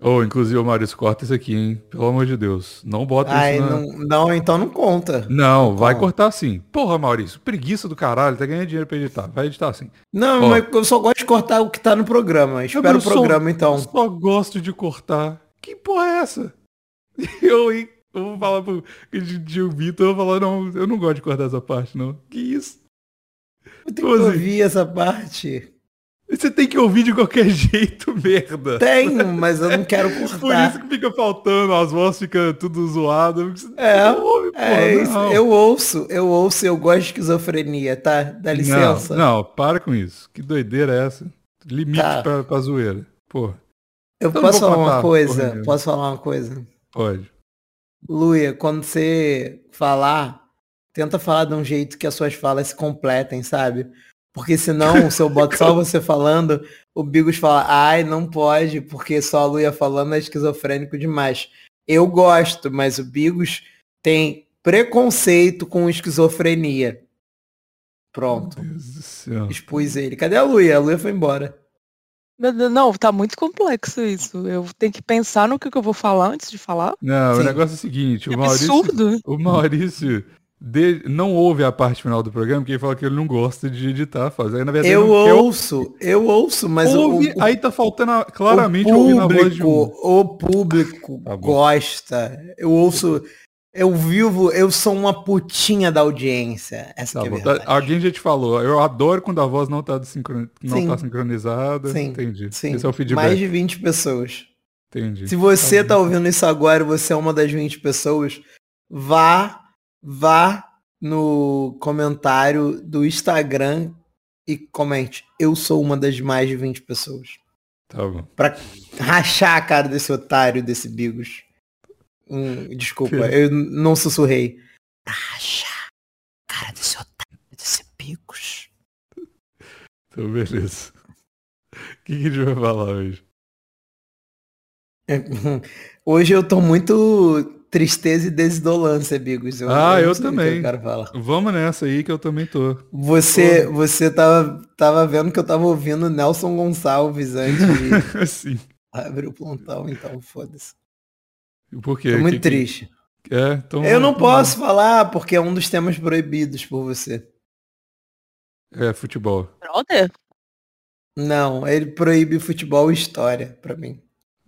C: Ou, inclusive, ô, Maurício, corta isso aqui, hein? Pelo amor de Deus. Não bota
A: Ai,
C: isso na...
A: não, não, então não conta.
C: Não, vai
A: Como?
C: cortar sim. Porra, Maurício, preguiça do caralho, tá ganhando dinheiro pra editar. Vai editar sim.
A: Não,
C: Ó.
A: mas eu só gosto de cortar o que tá no programa. Espera
C: não
A: o
C: sou-
A: programa,
C: Eu
A: então.
C: só gosto de cortar. Que porra é essa? [LAUGHS] Eu, hein? Eu vou falar pro de, de o Vitor, eu vou falar, não, eu não gosto de cortar essa parte, não. Que isso?
A: Eu tenho que
C: Doze.
A: ouvir essa parte.
C: Você tem que ouvir de qualquer [LAUGHS] jeito, merda.
A: Tenho, mas eu não quero
C: [LAUGHS] Por
A: cortar.
C: isso que fica faltando, as vozes ficam tudo zoado.
A: É,
C: Não ouve, porra,
A: É, isso,
C: não.
A: eu ouço, eu ouço, eu gosto de esquizofrenia, tá? Dá licença.
C: Não, não, para com isso. Que doideira é essa? Limite
A: Tá.
C: pra, pra zoeira. Porra,
A: eu
C: então
A: posso
C: não vou
A: falar uma
C: contar, porra
A: coisa?
C: nenhuma.
A: Posso falar uma coisa?
C: pode.
A: Luia, quando você falar, tenta falar de um jeito que as suas falas se completem, sabe? Porque
C: [LAUGHS]
A: senão, se eu boto só você falando, o Bigos fala, ai, não pode, porque só a Luia falando é esquizofrênico demais. Eu gosto, mas o Bigos tem preconceito com esquizofrenia. Pronto.
C: Meu Deus do céu.
A: Expus ele. Cadê a Luia? A Luia foi embora.
B: Meu Deus, Não, tá muito complexo isso. Eu tenho que pensar no que que eu vou falar antes de falar.
C: Não, o
A: Sim.
C: negócio é o seguinte,
B: Que
C: o Maurício,
B: absurdo.
C: o Maurício de- não ouve a parte final do programa, porque ele fala que ele não gosta de editar, fazer. Aí, na verdade,
A: Eu
C: ele não quer
A: ouço, eu ouço, mas o-
C: ouve,
A: o, o,
C: aí tá faltando a- claramente
A: o
C: ouvindo a
A: público,
C: voz de um.
A: o público
C: Tá bom.
A: gosta. Eu ouço, eu vivo, eu sou uma putinha da audiência. Essa
C: Tá
A: que é a
C: bom, tá-
A: verdade.
C: alguém já te falou, eu adoro quando a voz não tá, desincron- não
A: Sim.
C: tá sincronizada.
A: Sim,
C: Entendi.
A: Sim,
C: Esse é o feedback.
A: mais de 20 pessoas.
C: Entendi.
A: Se você
C: Tá
A: tá ouvindo isso agora e você é uma das 20 pessoas, vá, vá no comentário do Instagram e comente. Eu sou uma das mais de 20 pessoas.
C: Tá bom.
A: Pra rachar a cara desse otário, desse Bigos. Hum, desculpa,
C: Que-
A: eu n- não sussurrei. Pra rachar a cara desse otário, desse Bigos.
C: Então, beleza. [LAUGHS] O que, que a gente vai falar hoje?
A: É, hum, Hoje eu tô muito tristeza e desidolância, Bigos.
C: Ah, eu
A: não sei o que
C: também.
A: Eu quero falar.
C: Vamos nessa aí que eu também tô. [LAUGHS]
A: Você, você tava, tava vendo que eu tava ouvindo Nelson Gonçalves antes [LAUGHS] de
C: assim.
A: abrir o plantão, então foda-se.
C: Por quê?
A: Tô
C: Que-
A: muito
C: que-
A: triste.
C: É, então,
A: Eu não posso falar porque é um dos temas proibidos por você.
C: É, futebol.
B: Brother?
A: Não, ele proíbe futebol e história pra mim.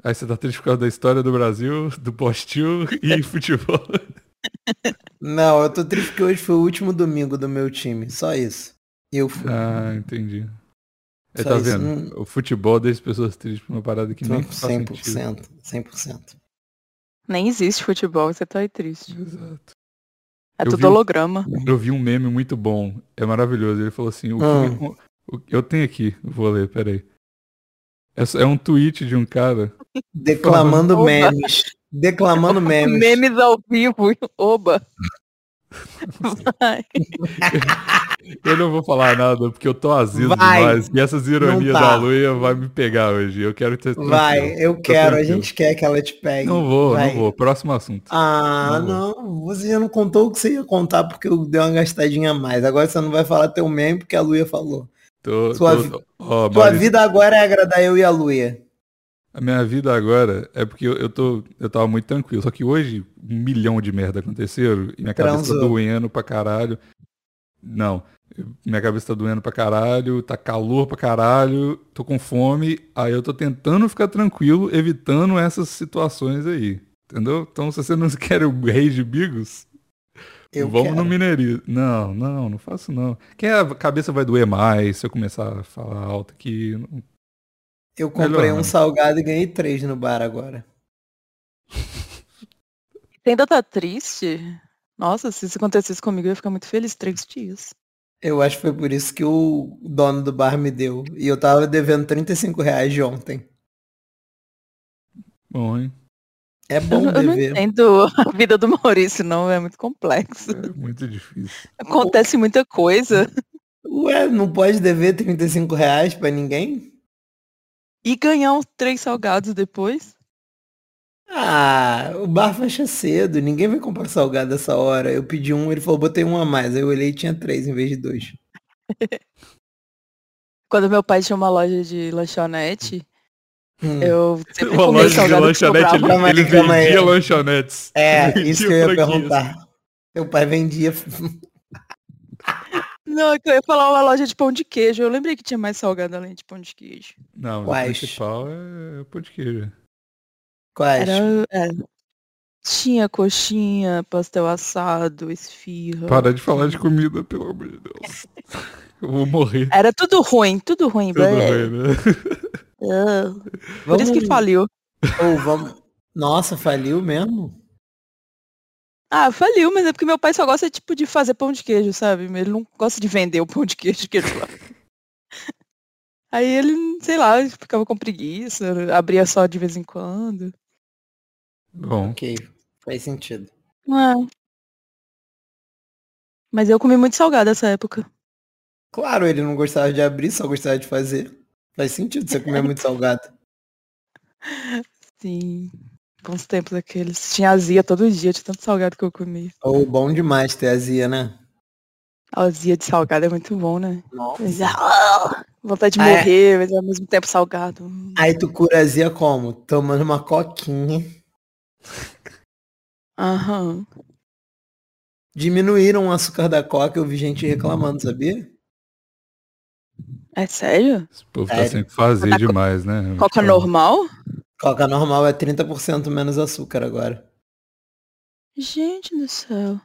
C: Aí você tá triste por causa da história do Brasil, do postil [LAUGHS] e futebol. [LAUGHS]
A: Não, eu tô triste porque hoje foi o último domingo do meu time. Só isso. Eu fui.
C: Ah, entendi. É,
A: Só
C: tá
A: isso, Hum.
C: vendo?
A: não-
C: O futebol deixa as pessoas tristes por uma parada que nem faz sentido.
A: 100%. 100%.
B: Nem existe futebol, você tá aí triste.
C: Exato.
B: É
C: Eu
B: tudo
C: vi o-
B: holograma.
C: Eu vi um meme muito bom. É maravilhoso. Ele falou assim, o que
A: Ah.
C: me con- o- eu tenho aqui, eu vou ler, peraí. É só- é um tweet de um cara.
A: Declamando
B: Opa.
A: memes. Declamando memes.
B: Memes ao vivo, oba. [LAUGHS] Vai.
C: Eu não vou falar nada porque eu tô azido
A: Vai.
C: demais. E essas ironias
A: tá.
C: da Luia vai me pegar hoje. Eu quero ter
A: Vai,
C: tranquilo.
A: eu
C: Tô
A: quero. A
C: tranquilo.
A: gente quer que ela te pegue.
C: Não vou,
A: Vai.
C: não vou. Próximo assunto.
A: Ah,
C: Não
A: não, Você já não contou o que você ia contar porque eu dei uma gastadinha a mais. Agora você não vai falar teu meme porque a Luia falou.
C: Tô,
A: Sua
C: tô-
A: vi-
C: ó,
A: Tua
C: Maurício,
A: vida agora é agradar eu e a Luia.
C: A minha vida agora é porque eu, eu tô. Eu tava muito tranquilo. Só que hoje um milhão de merda aconteceram e minha cabeça tá
A: Transou.
C: doendo pra caralho. Não. eu- Minha cabeça tá doendo pra caralho, tá calor pra caralho, tô com fome, aí eu tô tentando ficar tranquilo, evitando essas situações aí. Entendeu? Então se você não [LAUGHS] quer o rei de bigos,
A: Eu
C: vamos
A: quero.
C: no mineirismo. Não, não, não faço não. Que a cabeça vai doer mais se eu começar a falar alto aqui. Não-
A: Eu comprei
C: Melhor,
A: um
C: né?
A: salgado e ganhei três no bar agora.
B: Você ainda tá triste? Nossa, se isso acontecesse comigo, eu ia ficar muito feliz. Três dias.
A: Eu acho que foi por isso que o dono do bar me deu. E eu tava devendo 35 reais de ontem.
C: Bom, hein?
A: É
B: [LAUGHS] Eu,
A: bom
B: não- Então, eu não
A: dever.
B: entendo a vida do Maurício, não. É muito
C: [LAUGHS]
B: complexo.
C: É muito difícil.
B: Acontece muita coisa.
A: Ué, não pode dever 35 reais pra ninguém?
B: E ganhar uns três salgados depois?
A: Ah, o bar fecha cedo, ninguém vai comprar salgado essa hora. Eu pedi um, ele falou, botei um a mais. Aí eu olhei e tinha três em vez de dois.
B: Quando meu pai tinha uma loja de lanchonete,
A: Hum.
B: eu sempre
C: Uma
B: comprei
C: loja de
B: salgado que
C: lanchonete,
B: sobrava.
C: ele,
A: Calma aí,
C: ele
A: calma aí.
C: vendia lanchonetes.
A: É,
C: Vendia
A: isso que eu ia
C: franquias.
A: perguntar. Teu pai vendia.
B: Não, é que eu ia falar uma loja de pão de queijo. Eu lembrei que tinha mais salgado além de pão de queijo.
C: Não, mas
A: Quais?
C: o principal é o pão de queijo.
A: Quais?
B: Era, é, tinha coxinha, pastel assado, esfirra.
C: Para de falar de comida, pelo amor de Deus. Eu vou morrer.
B: Era tudo ruim, tudo ruim.
C: Eu não
B: blé.
C: sei, né?
B: Ah, Por
A: Vamos-
B: isso que faliu.
A: ou vamos- Nossa, faliu mesmo?
B: Ah, faliu, mas é porque meu pai só gosta tipo de fazer pão de queijo, sabe? Ele não gosta de vender o pão de queijo que ele faz. [LAUGHS] Aí ele, sei lá, ele ficava com preguiça, abria só de vez em quando.
C: Bom,
A: Ok, faz sentido.
B: É. Mas eu comi muito salgado essa época.
A: Claro, ele não gostava de abrir, só gostava de fazer. Faz sentido você comer muito salgado.
B: Sim. Bons tempos aqueles. Tinha azia todo dia de tanto salgado que eu comi.
A: Ou bom demais ter azia, né?
B: A azia de salgado é muito bom, né? Mas,
A: Nossa.
B: ah, vontade de
A: Ah, é.
B: morrer, mas ao mesmo tempo salgado. Hum.
A: Aí tu cura azia como? Tomando uma coquinha.
B: Aham.
A: Diminuíram o açúcar da coca, eu vi gente reclamando, sabia?
B: É sério?
C: esse povo tá
A: Sério.
C: sem fazer
B: Mas a co-
C: demais, né?
A: É.
B: Coca
C: Tipo,
B: normal?
A: Coca normal é 30% menos açúcar agora.
B: Gente do céu.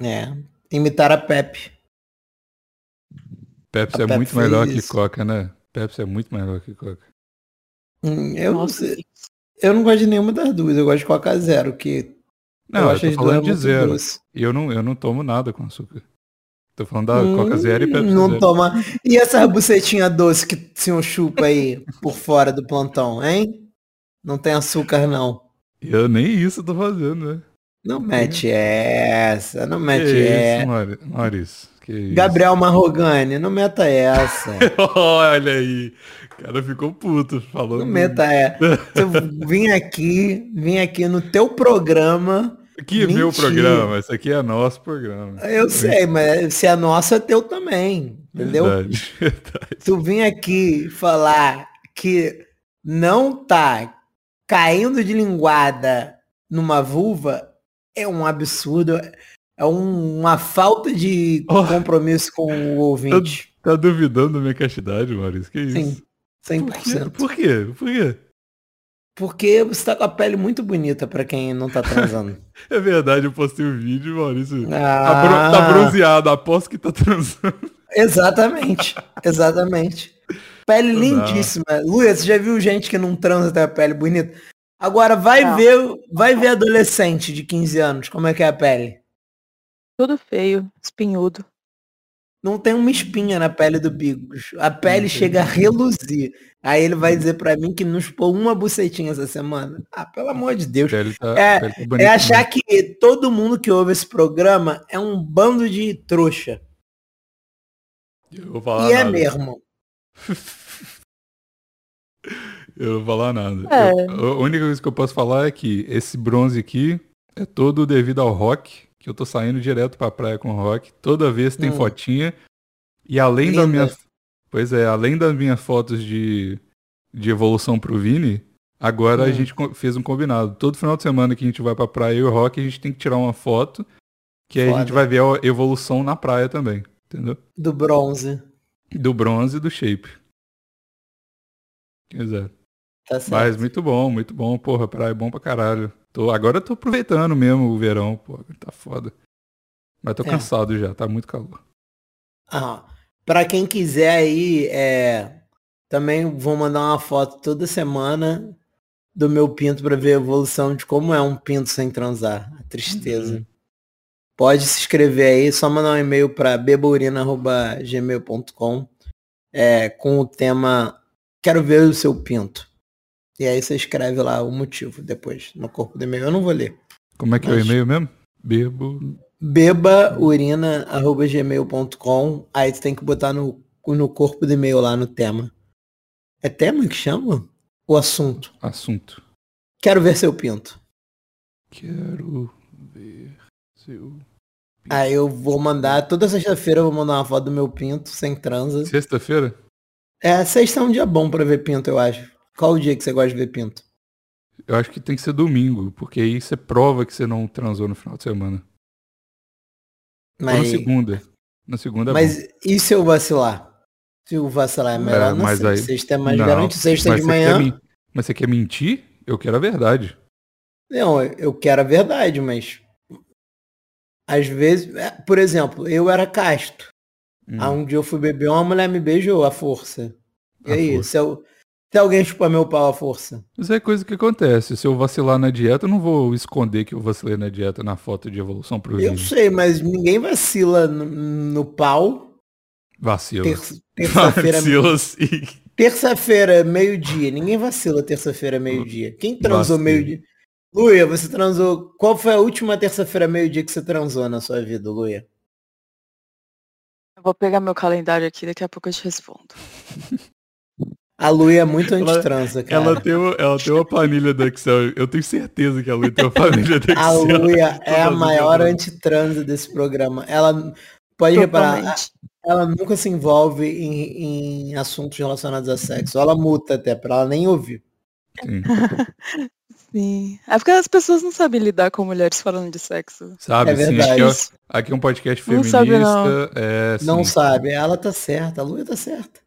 A: É. Imitar a Pepe.
C: Pepsi
A: A
C: é
A: Pepsi
C: muito melhor
A: fez
C: que
A: isso.
C: Coca, né? Pepsi é muito melhor que Coca.
A: Hum, Eu, não
B: Nossa,
A: sei-
B: que-
A: eu não gosto de nenhuma das duas, eu gosto de Coca Zero, que
C: Não,
A: eu
C: eu,
A: acho
C: tô
A: as duas
C: falando de
A: muito
C: zero.
A: doce.
C: E eu não, eu não tomo nada com açúcar. Tô falando da
A: Hum,
C: Coca Zero e Pepsi
A: Não
C: Zero.
A: toma. E essas bucetinhas doces que o senhor chupa aí por fora do plantão, hein? Não tem açúcar, não.
C: E eu nem isso tô fazendo, né?
A: Não mete essa, não mete
C: que isso,
A: essa.
C: Mauri- Maurício. Que isso.
A: é Gabriel Marrogani, não meta essa.
C: Olha aí. O cara ficou puto falando.
A: Não
C: [LAUGHS]
A: meta essa. Eu vim aqui, vim aqui no teu programa.
C: Que meu
A: Mentira.
C: programa, esse aqui é nosso programa.
A: Eu sei, mas se é nosso, é teu também. Entendeu?
C: Verdade. [LAUGHS]
A: tu vim aqui falar que não tá caindo de linguada numa vulva é um absurdo, é um- uma falta de
C: Oh.
A: compromisso com o ouvinte.
C: Tá duvidando da minha castidade, Maurício? Que isso?
A: Sim,
C: Por quê?
A: 100%.
C: Por quê? Por quê?
A: Porque você tá com a pele muito bonita pra quem não tá
C: [LAUGHS]
A: transando.
C: É verdade, eu postei o vídeo, Maurício. Tá, bro-
A: Ah,
C: tá bronzeado, aposto que tá transando.
A: Exatamente, exatamente. Pele
C: Não.
A: lindíssima. Luia, você já viu gente que não transa até a pele bonita? Agora vai
B: Não.
A: ver, vai ver adolescente de 15 anos, como é que é a pele.
B: Tudo feio, espinhudo.
A: Não tem uma espinha na pele do Bigos. A pele
C: tem.
A: chega a reluzir. Aí ele vai dizer pra mim que não expôs uma bucetinha essa semana. Ah, pelo amor de Deus.
C: Ele tá,
A: É-
C: ele tá bonito
A: É achar que todo mundo que ouve esse programa é um bando de trouxa.
C: mesmo. Eu vou falar
A: E é
C: nada.
A: mesmo.
C: Eu não vou falar nada.
B: É.
C: Eu- a única coisa que eu posso falar é que esse bronze aqui é todo devido ao rock, que eu tô saindo direto pra praia com rock. Toda vez tem
A: Hum.
C: fotinha. E além da
A: Linda.
C: minha. Pois é, além das minhas fotos de, de evolução pro Vini, agora a
A: Hum.
C: gente co- fez um combinado. Todo final de semana que a gente vai pra praia eu e o rock, a gente tem que tirar uma foto. Que aí a gente
A: Foda.
C: vai ver a evolução na praia também. Entendeu?
A: Do bronze.
C: Do bronze e do shape. Exato.
A: Tá certo.
C: Mas muito bom, muito bom. Porra, praia é bom pra caralho. Tô, agora eu tô aproveitando mesmo o verão, pô. Tá foda. Mas tô
A: É.
C: cansado já, tá muito calor.
A: Ah, para quem quiser aí, é, também vou mandar uma foto toda semana do meu pinto para ver a evolução de como é um pinto sem transar. A tristeza. Pode se inscrever aí, só mandar um e-mail para bebourina.gmail.com é, com o tema Quero ver o seu pinto. E aí você escreve lá o motivo depois no corpo do e-mail. Eu não vou ler.
C: Como é que é o
A: Mas-
C: e-mail mesmo? Bebo.
A: bebaurina.gmail.com Aí tu tem que botar no, no corpo do e-mail lá no tema. É tema que chama? O assunto.
C: Assunto.
A: Quero ver seu pinto.
C: Quero ver seu.
A: Aí eu vou mandar, toda sexta-feira eu vou mandar uma foto do meu pinto, sem transa.
C: Sexta-feira?
A: É, sexta é um dia bom pra ver pinto, eu acho. Qual o dia que você gosta de ver pinto?
C: Eu acho que tem que ser domingo, porque aí você prova que você não transou no final de semana. Ou na
A: Mas,
C: segunda. Na segunda é bom.
A: mas e se eu vacilar? Se eu vacilar é melhor, não
C: mas
A: sei.
C: aí-
A: Sexta é mais
C: Não,
A: garante, sexta
C: mas
A: de
C: você quer
A: manhã.
C: men- Mas você quer mentir? Eu quero a verdade.
A: Não, eu- eu quero a verdade, mas às vezes, é, por exemplo, eu era casto. Há
C: Hum.
A: um dia eu fui beber, uma mulher me beijou à força. E
C: À
A: aí,
C: força.
A: Se, eu- se alguém chupar meu pau à força.
C: Mas é coisa que acontece. Se eu vacilar na dieta, eu não vou esconder que eu vacilei na dieta na foto de evolução pro
A: Eu
C: vídeo.
A: sei, mas ninguém vacila no, no pau.
C: Vacila.
A: Ter-
C: [LAUGHS]
A: terça-feira,
C: Vacila sim.
A: terça-feira, meio-dia. Ninguém vacila terça-feira, meio-dia. Quem transou
C: Vacila.
A: meio-dia? Luia, você transou. Qual foi a última terça-feira, meio-dia que você transou na sua vida, Luia?
B: Eu vou pegar meu calendário aqui, daqui a pouco eu te respondo.
A: A Luia é muito
C: Ela-
A: antitransa, cara.
C: Ela tem, o- ela tem uma planilha do Excel. Eu tenho certeza que a Lu tem uma planilha
A: [LAUGHS]
C: do
A: A
C: Excel. né?
A: Luia é a
C: Todas as
A: maior
C: vezes.
A: antitransa desse programa. Ela, pode reparar,
B: Totalmente.
A: ela nunca se envolve em, em assuntos relacionados a sexo. Ela muta até, pra ela nem ouvir. é-
C: Sim.
B: Sim. É porque as pessoas não sabem lidar com mulheres falando de sexo.
C: Sabe,
A: É
C: sim.
A: verdade.
C: Aqui,
A: Eu-
C: ó, aqui é um podcast
B: Não
C: feminista.
B: sabe, não.
C: É, sim.
A: Não sabe. Ela tá certa, a Luia tá certa.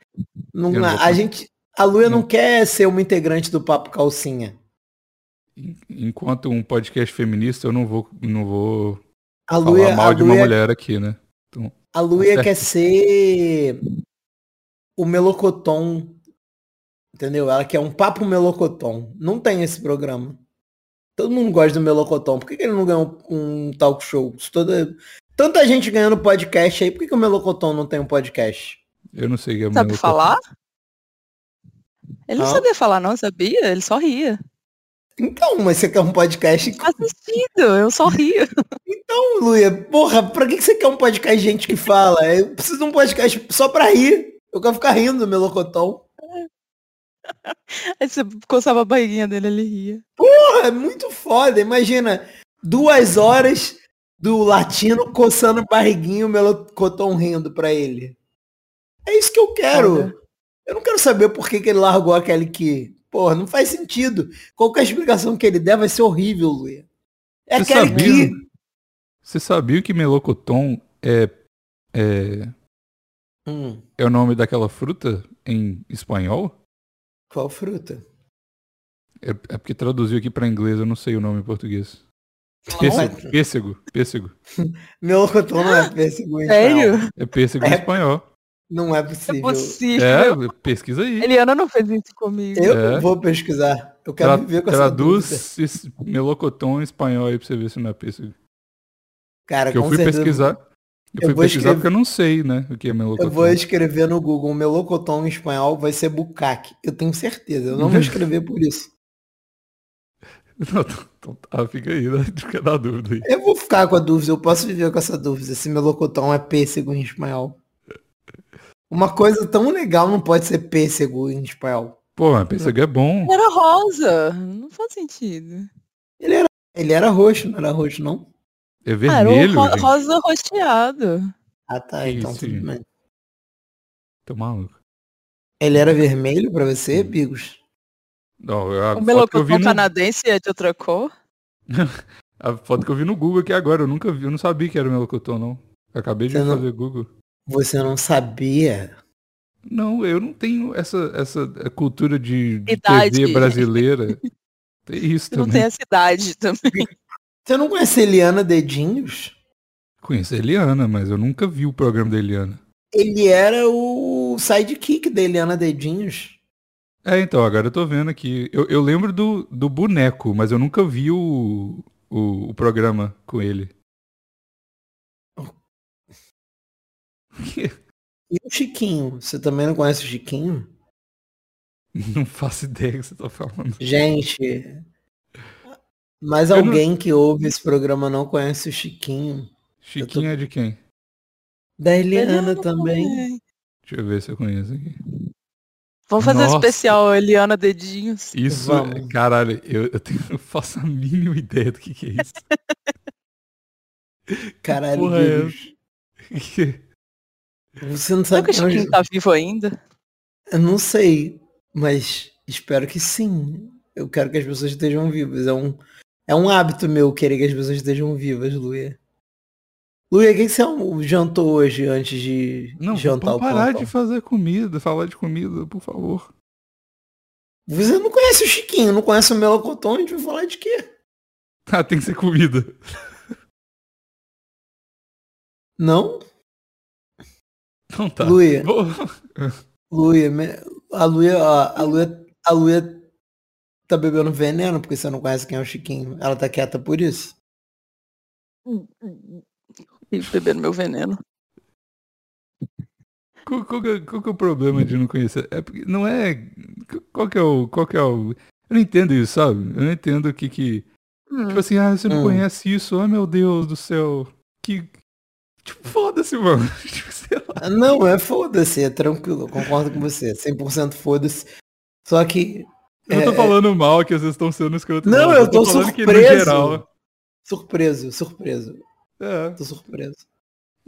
A: Não-
C: Eu não vou Hum.
A: a gente. A Luia não
C: Não.
A: quer ser uma integrante do Papo Calcinha.
C: En- Enquanto um podcast feminista, eu não vou, não vou
A: A
C: falar
A: Luia,
C: mal
A: a é-
C: de uma
A: Luia,
C: mulher aqui, né?
A: a Luia
C: Tá
A: quer ser o melocotom. Entendeu? Ela quer um papo melocotom. Não tem esse programa. Todo mundo gosta do melocotom. Por que, que ele não ganhou um talk show? Se Toda... Tanta gente ganhando podcast aí, por que, que o melocotom não tem um podcast?
C: Eu não sei o que é
B: Sabe
C: meu-
B: falar? Ele não
A: Hã?
B: sabia falar, não, sabia? Ele só ria.
A: Então, mas você quer um podcast?
B: Faz sentido, eu só ria.
A: Então, Luia, porra, pra que, que você quer um podcast de gente que fala? Eu preciso de um podcast só pra rir. Eu quero ficar rindo do melocotom.
B: Aí você coçava a barriguinha dele, ele ria.
A: Porra, é muito foda. Imagina, duas horas do latino coçando o barriguinho, o melocotão rindo pra ele. É isso que eu quero.
B: Olha.
A: Eu não quero saber por que, que ele largou aquele que. Porra, não faz sentido. Qualquer explicação que ele der vai ser horrível, Luia. É
C: Você
A: aquele
C: sabia?
A: que.
C: Você sabia que melocotom é, é,
A: Hum,
C: é o nome daquela fruta em espanhol?
A: qual fruta?
C: É, é porque traduziu aqui pra inglês, eu não sei o nome em português.
A: Pêssego.
C: Pêssego, pêssego, pêssego.
A: Melocotão não é
C: Ah,
A: pêssego em espanhol.
B: Sério?
C: É pêssego em
A: É.
C: espanhol.
A: Não é
B: É
A: possível.
B: possível.
C: É, pesquisa aí.
B: Eliana não fez isso comigo.
A: Eu
C: É.
A: vou pesquisar. Eu quero
C: Tra
A: viver com essa dúvida.
C: traduz esse melocotão em espanhol aí pra você ver se não é pêssego.
A: Cara,
C: Porque eu
A: com
C: fui
A: certeza.
C: pesquisar. Eu
A: Eu
C: fui
A: vou
C: pesquisar
A: escrever-
C: porque eu não sei, né, o que é melocotão.
A: Eu vou escrever no Google melocotão em espanhol vai ser bucaque. Eu tenho certeza. Eu não vou escrever por isso.
C: Não, [LAUGHS] então tá, fica aí, né? fica na dúvida aí.
A: Eu vou ficar com a dúvida. Eu posso viver com essa dúvida. Se melocotão é pêssego em espanhol. Uma coisa tão legal não pode ser pêssego em espanhol.
C: Pô, mas pêssego é bom.
B: Era rosa. Não faz sentido.
A: Ele era, ele era roxo, não era roxo, não?
C: É
B: Ah, era um
C: vermelho,
B: ro-
C: gente.
B: rosa rosteado.
A: Ah, tá.
C: Que
A: então
C: isso,
A: tudo
C: gente.
A: bem.
C: Tô maluco.
A: Ele era vermelho pra você, Bigos?
C: Não, a
B: O
C: foto que eu vi
B: melocotão
C: no...
B: canadense é de outra cor.
C: A foto que eu vi no Google aqui agora, eu nunca vi, eu não sabia que era melocotão, não. Eu acabei de
A: Você não-
C: fazer Google.
A: Você não sabia?
C: Não, eu não tenho essa, essa eh, cultura de, de
B: Idade.
C: TV brasileira. Tem isso
B: Não
C: também.
B: tem essa idade também.
A: Você não conhece Eliana Dedinhos?
C: Conheço a Eliana, mas eu nunca vi o programa da Eliana.
A: Ele era o sidekick da Eliana Dedinhos.
C: É, então, agora eu tô vendo aqui. Eu, eu lembro do, do boneco, mas eu nunca vi o, o, o programa com ele. [LAUGHS]
A: E o Chiquinho. Você também não conhece o Chiquinho?
C: Não faço ideia do que você tá falando.
A: Gente. Mas
C: Eu não-
A: alguém que ouve esse programa não conhece o Chiquinho.
C: Chiquinho é de quem?
A: Da
B: [LAUGHS]
A: Eliana também.
C: Deixa eu ver se eu conheço aqui.
B: Vamos fazer
C: Nossa.
B: um especial Eliana Dedinhos.
C: Isso,
A: Vamos.
C: caralho, eu, eu, tenho, [LAUGHS] eu faço a mínima ideia do que, que é isso.
A: Caralho,
C: porra é
A: Deus. [LAUGHS] Você não
B: Será
A: sabe
B: que
A: quem é
B: o
A: o
B: Chiquinho tá vivo ainda?
C: tá-
A: Eu não sei, mas espero que sim. Eu quero que as pessoas estejam vivas. É um, é um hábito meu querer que as pessoas estejam vivas, Luia. Luia, o que que você almo- jantou hoje antes de
C: Não,
A: jantar
C: vamos
A: o
C: parar
A: plantão?
C: de fazer comida, falar de comida, por favor. [LAUGHS]
A: Você não conhece o Chiquinho, não conhece o Melocotão, a gente vai falar de quê?
C: Ah, tem que ser comida.
A: Não?
C: Então tá.
A: Luia,
C: Vou-
A: Luia, me- a Luia, ó, a Luia, a Luia tá bebendo veneno porque você não conhece quem é o Chiquinho. Ela tá quieta por isso. Hum,
B: E bebendo meu veneno.
C: [LAUGHS] Qual, qual que é, qual que é o problema de não conhecer? É porque não é. Qual que é o. Qual que é o. Eu não entendo isso, sabe? Eu não entendo o que que. Tipo assim, ah, você não
A: Hum.
C: conhece isso, ai meu Deus do céu. Que. Tipo, foda-se, mano. [LAUGHS] Tipo, sei lá.
A: Ah, Não, é foda-se, é tranquilo, eu concordo com você, 100% foda-se. Só que
C: Eu não tô
A: É,
C: falando mal que vocês estão sendo escroto.
A: Não, eu tô
C: falando que, no
A: surpreso.
C: geral.
A: surpreso, surpreso,
C: É,
A: tô surpreso.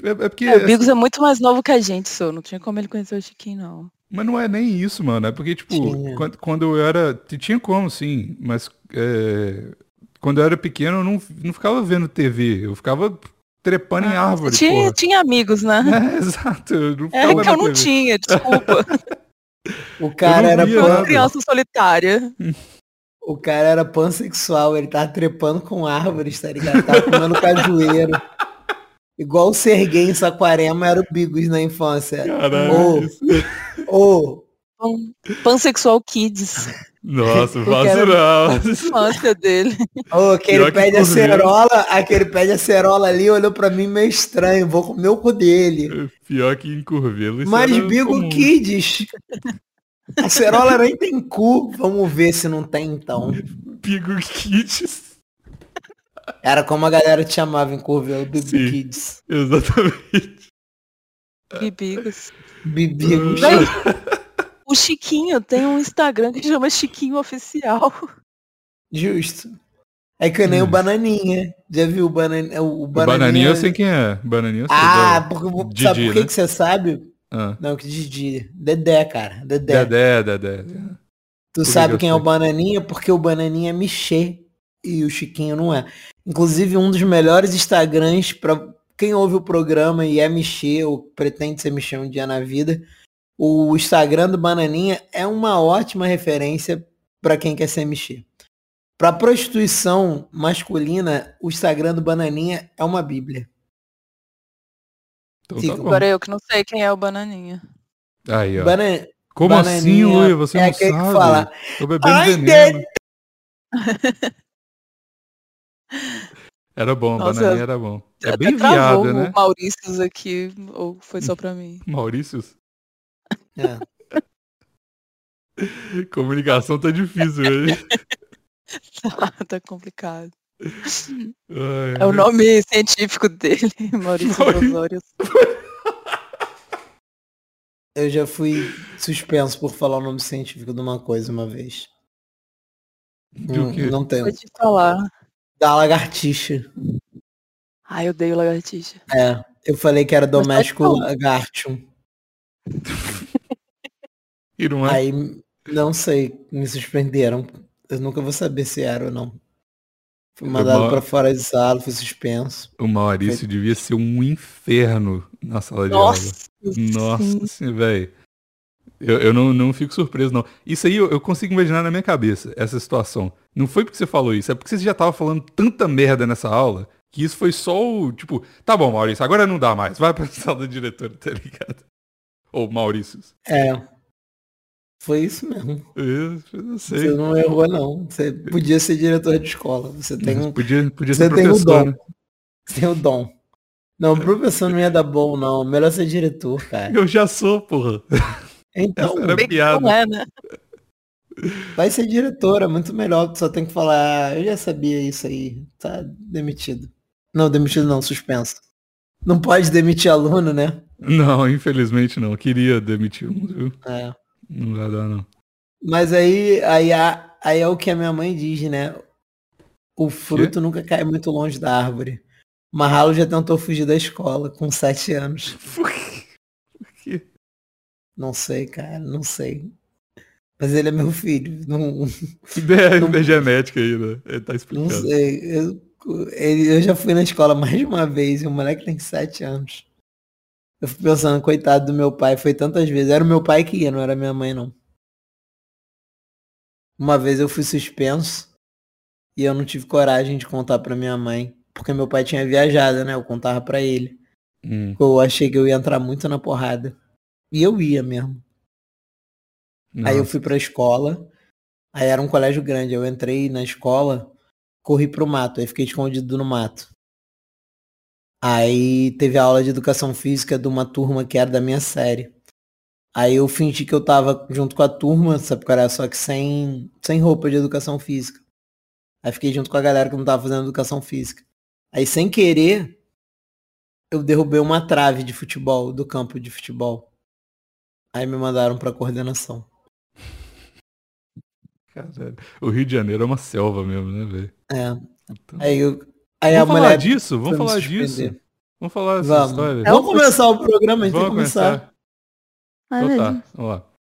C: é, é porque.
B: É, o Bigos é muito mais novo que a gente, sou. Não tinha como ele conhecer o Chiquinho, não.
C: Mas não é nem isso, mano. É porque, tipo,
A: Tinha.
C: quando, quando eu era. Tinha como, sim, mas é, quando eu era pequeno eu não, não ficava vendo TV. Eu ficava trepando
A: Ah.
C: em árvore,
B: Tinha,
C: porra. [LAUGHS]
B: tinha amigos, né?
C: É, exato, eu não
B: É
C: ficava
B: que eu
C: na
B: não
C: TV.
B: tinha,
C: [LAUGHS]
B: desculpa.
A: O cara
C: não né?
A: era
C: via
B: Eu
A: pan,
B: uma
C: nada.
B: criança solitária.
A: o cara era pansexual, ele tava trepando com árvores, tá ligado? Tava comendo cajueiro. Igual o Serguei em Saquarema era o Bigos na infância.
C: Caralho. isso. é
A: Ô,
B: Pan- Pansexual
C: [LAUGHS]
B: Kids.
C: Nossa,
B: Eu
C: fácil
B: quero-
C: não.
B: Infância dele.
A: ô, aquele
C: Pior que
A: pé de
C: correu.
A: acerola, aquele pé de acerola ali olhou pra mim meio estranho, vou comer o cu dele.
C: [LAUGHS] Pior que encurvelo. isso
A: Mas
C: era
A: Bigo
C: comum. [LAUGHS]
A: Kids. A Cerola nem tem cu. Vamos ver se não tem então.
C: Bigo Kids. [LAUGHS]
A: Era como a galera te chamava em Curvelo, Bigo
C: Sim.
A: Kids.
C: Exatamente.
B: E Bigos.
A: Bibigos.
C: Ah.
B: Não, O Chiquinho tem um Instagram que chama Chiquinho Oficial.
A: Justo. É que nem o
C: Justo.
A: Bananinha. Já viu o Bananinha? O Bananinha,
C: Hum. Bananinha eu sei quem é. Bananinha eu sei.
A: Ah,
C: Dora.
A: porque,
C: Didi,
A: sabe por que,
C: né?
A: que você sabe?
C: Ah.
A: Não, que Didi. Dedé, cara. Dedé.
C: Dedé, Dedé. Dedé.
A: Tu
C: que que
A: sabe
C: eu
A: quem é o
C: sei?
A: Bananinha? Porque o Bananinha é Michê e o Chiquinho não é. Inclusive, um dos melhores Instagrams pra quem ouve o programa e é Michê ou pretende ser Michê um dia na vida, o Instagram do Bananinha é uma ótima referência para quem quer se mexer. Para prostituição masculina, o Instagram do Bananinha é uma bíblia.
C: Então
A: Sim,
C: tá bom.
B: Agora eu que não sei quem é o Bananinha.
C: Aí, ó.
A: Bana- é,
C: Como assim,
A: Bananinha
C: Luia? Você
A: é
C: não
A: aquele que
C: sabe?
A: fala,
C: Tô bebendo
A: "Ai,
C: veneno. [LAUGHS] Era bom,
B: Nossa,
C: bananinha era bom. É
B: Até
C: bem
B: travou
C: viada, né?
B: o Maurício aqui, ou foi só pra mim.
C: Maurício, [LAUGHS]
A: É.
C: comunicação tá difícil hoje.
B: [LAUGHS] tá complicado.
C: Ai,
B: É o nome científico dele, [LAUGHS] Maurício
C: Maurício.
B: Osório.
A: Eu já fui suspenso por falar o nome científico de uma coisa uma vez.
C: Do
A: Não,
C: quê?
A: não
B: Vou
A: tenho.
B: te falar.
A: Da lagartixa.
B: Ai, eu odeio lagartixa.
A: É. Eu falei que era
B: tá
A: doméstico
B: bom.
A: lagartium.
C: E não é?
A: Aí, não sei, me suspenderam. Eu nunca vou saber se era ou não. Fui
C: Eu
A: mandado
C: moro-
A: pra fora de sala, fui suspenso.
C: O Maurício devia ser um inferno na sala de aula.
B: Nossa,
C: Nossa senhora, velho. Eu, eu não, não fico surpreso, não. Isso aí eu, eu consigo imaginar na minha cabeça, essa situação. Não foi porque você falou isso, é porque você já tava falando tanta merda nessa aula que isso foi só o, tipo, tá bom, Maurício, agora não dá mais, vai pra [LAUGHS] sala do diretor, tá ligado? Ou Maurício.
A: É. Foi isso mesmo.
C: Eu, eu não sei.
A: Você não errou, não. Você podia ser diretor de escola. Você tem,
C: [LAUGHS]
A: um-
C: Podia, podia
A: Você
C: ser
A: tem o
C: professor,
A: dom.
C: né?
A: você tem o dom. Não, professor não ia dar bom, não. Melhor ser diretor, cara.
C: Eu já sou, porra.
A: Então,
C: Essa era
B: bem que
C: piada.
B: não é, né?
A: vai ser diretora, muito melhor. Só tem que falar, "Ah, eu já sabia isso aí. Tá demitido. Não, demitido não, suspenso. Não pode demitir aluno, né?
C: Não, infelizmente não. Queria demitir um, viu?
A: É.
C: Não vai dar, não.
A: Mas aí, aí, a- aí é o que a minha mãe diz, né? O fruto nunca cai muito longe da árvore. Marralo já tentou fugir da escola com sete anos.
C: [LAUGHS] Por quê? Por quê?
A: Não sei, cara, não sei. Mas ele é meu filho. Não,
C: [LAUGHS]
A: [LAUGHS]
C: É,
A: Não-
C: é genética aí, né? É, Tá
A: não
C: explicado.
A: sei. Eu, ele- eu já fui na escola mais de uma vez e o moleque tem sete anos. Eu fico pensando, coitado do meu pai, foi tantas vezes. Era o meu pai que ia, não era minha mãe, não. Uma vez eu fui suspenso e eu não tive coragem de contar pra minha mãe, porque meu pai tinha viajado, né? Eu contava pra ele.
C: Hum,
A: Eu achei que eu ia entrar muito na porrada. E eu ia mesmo. Aí eu
C: nossa.
A: fui pra escola. Aí era um colégio grande. Eu entrei na escola, corri pro mato. Aí fiquei escondido no mato. Aí teve a aula de educação física de uma turma que era da minha série. Aí eu fingi que eu tava junto com a turma, sabe qual era? Só que sem, sem roupa de educação física. Aí fiquei junto com a galera que não tava fazendo educação física. Aí sem querer, eu derrubei uma trave de futebol, do campo de futebol. Aí me mandaram pra coordenação.
C: Caralho. O Rio de Janeiro é uma selva mesmo, né, velho?
A: É.
C: Então-
A: Aí, eu, aí a
C: Vamos
A: mulher.
C: falar disso? Vamos
A: foi me
C: falar
A: suspender.
C: disso? Vamos falar dessa
A: Vamos. É
C: história?
A: Vamos começar o programa, a gente tem que
C: Vamos
A: começar.
C: começar. Então tá, vamos lá.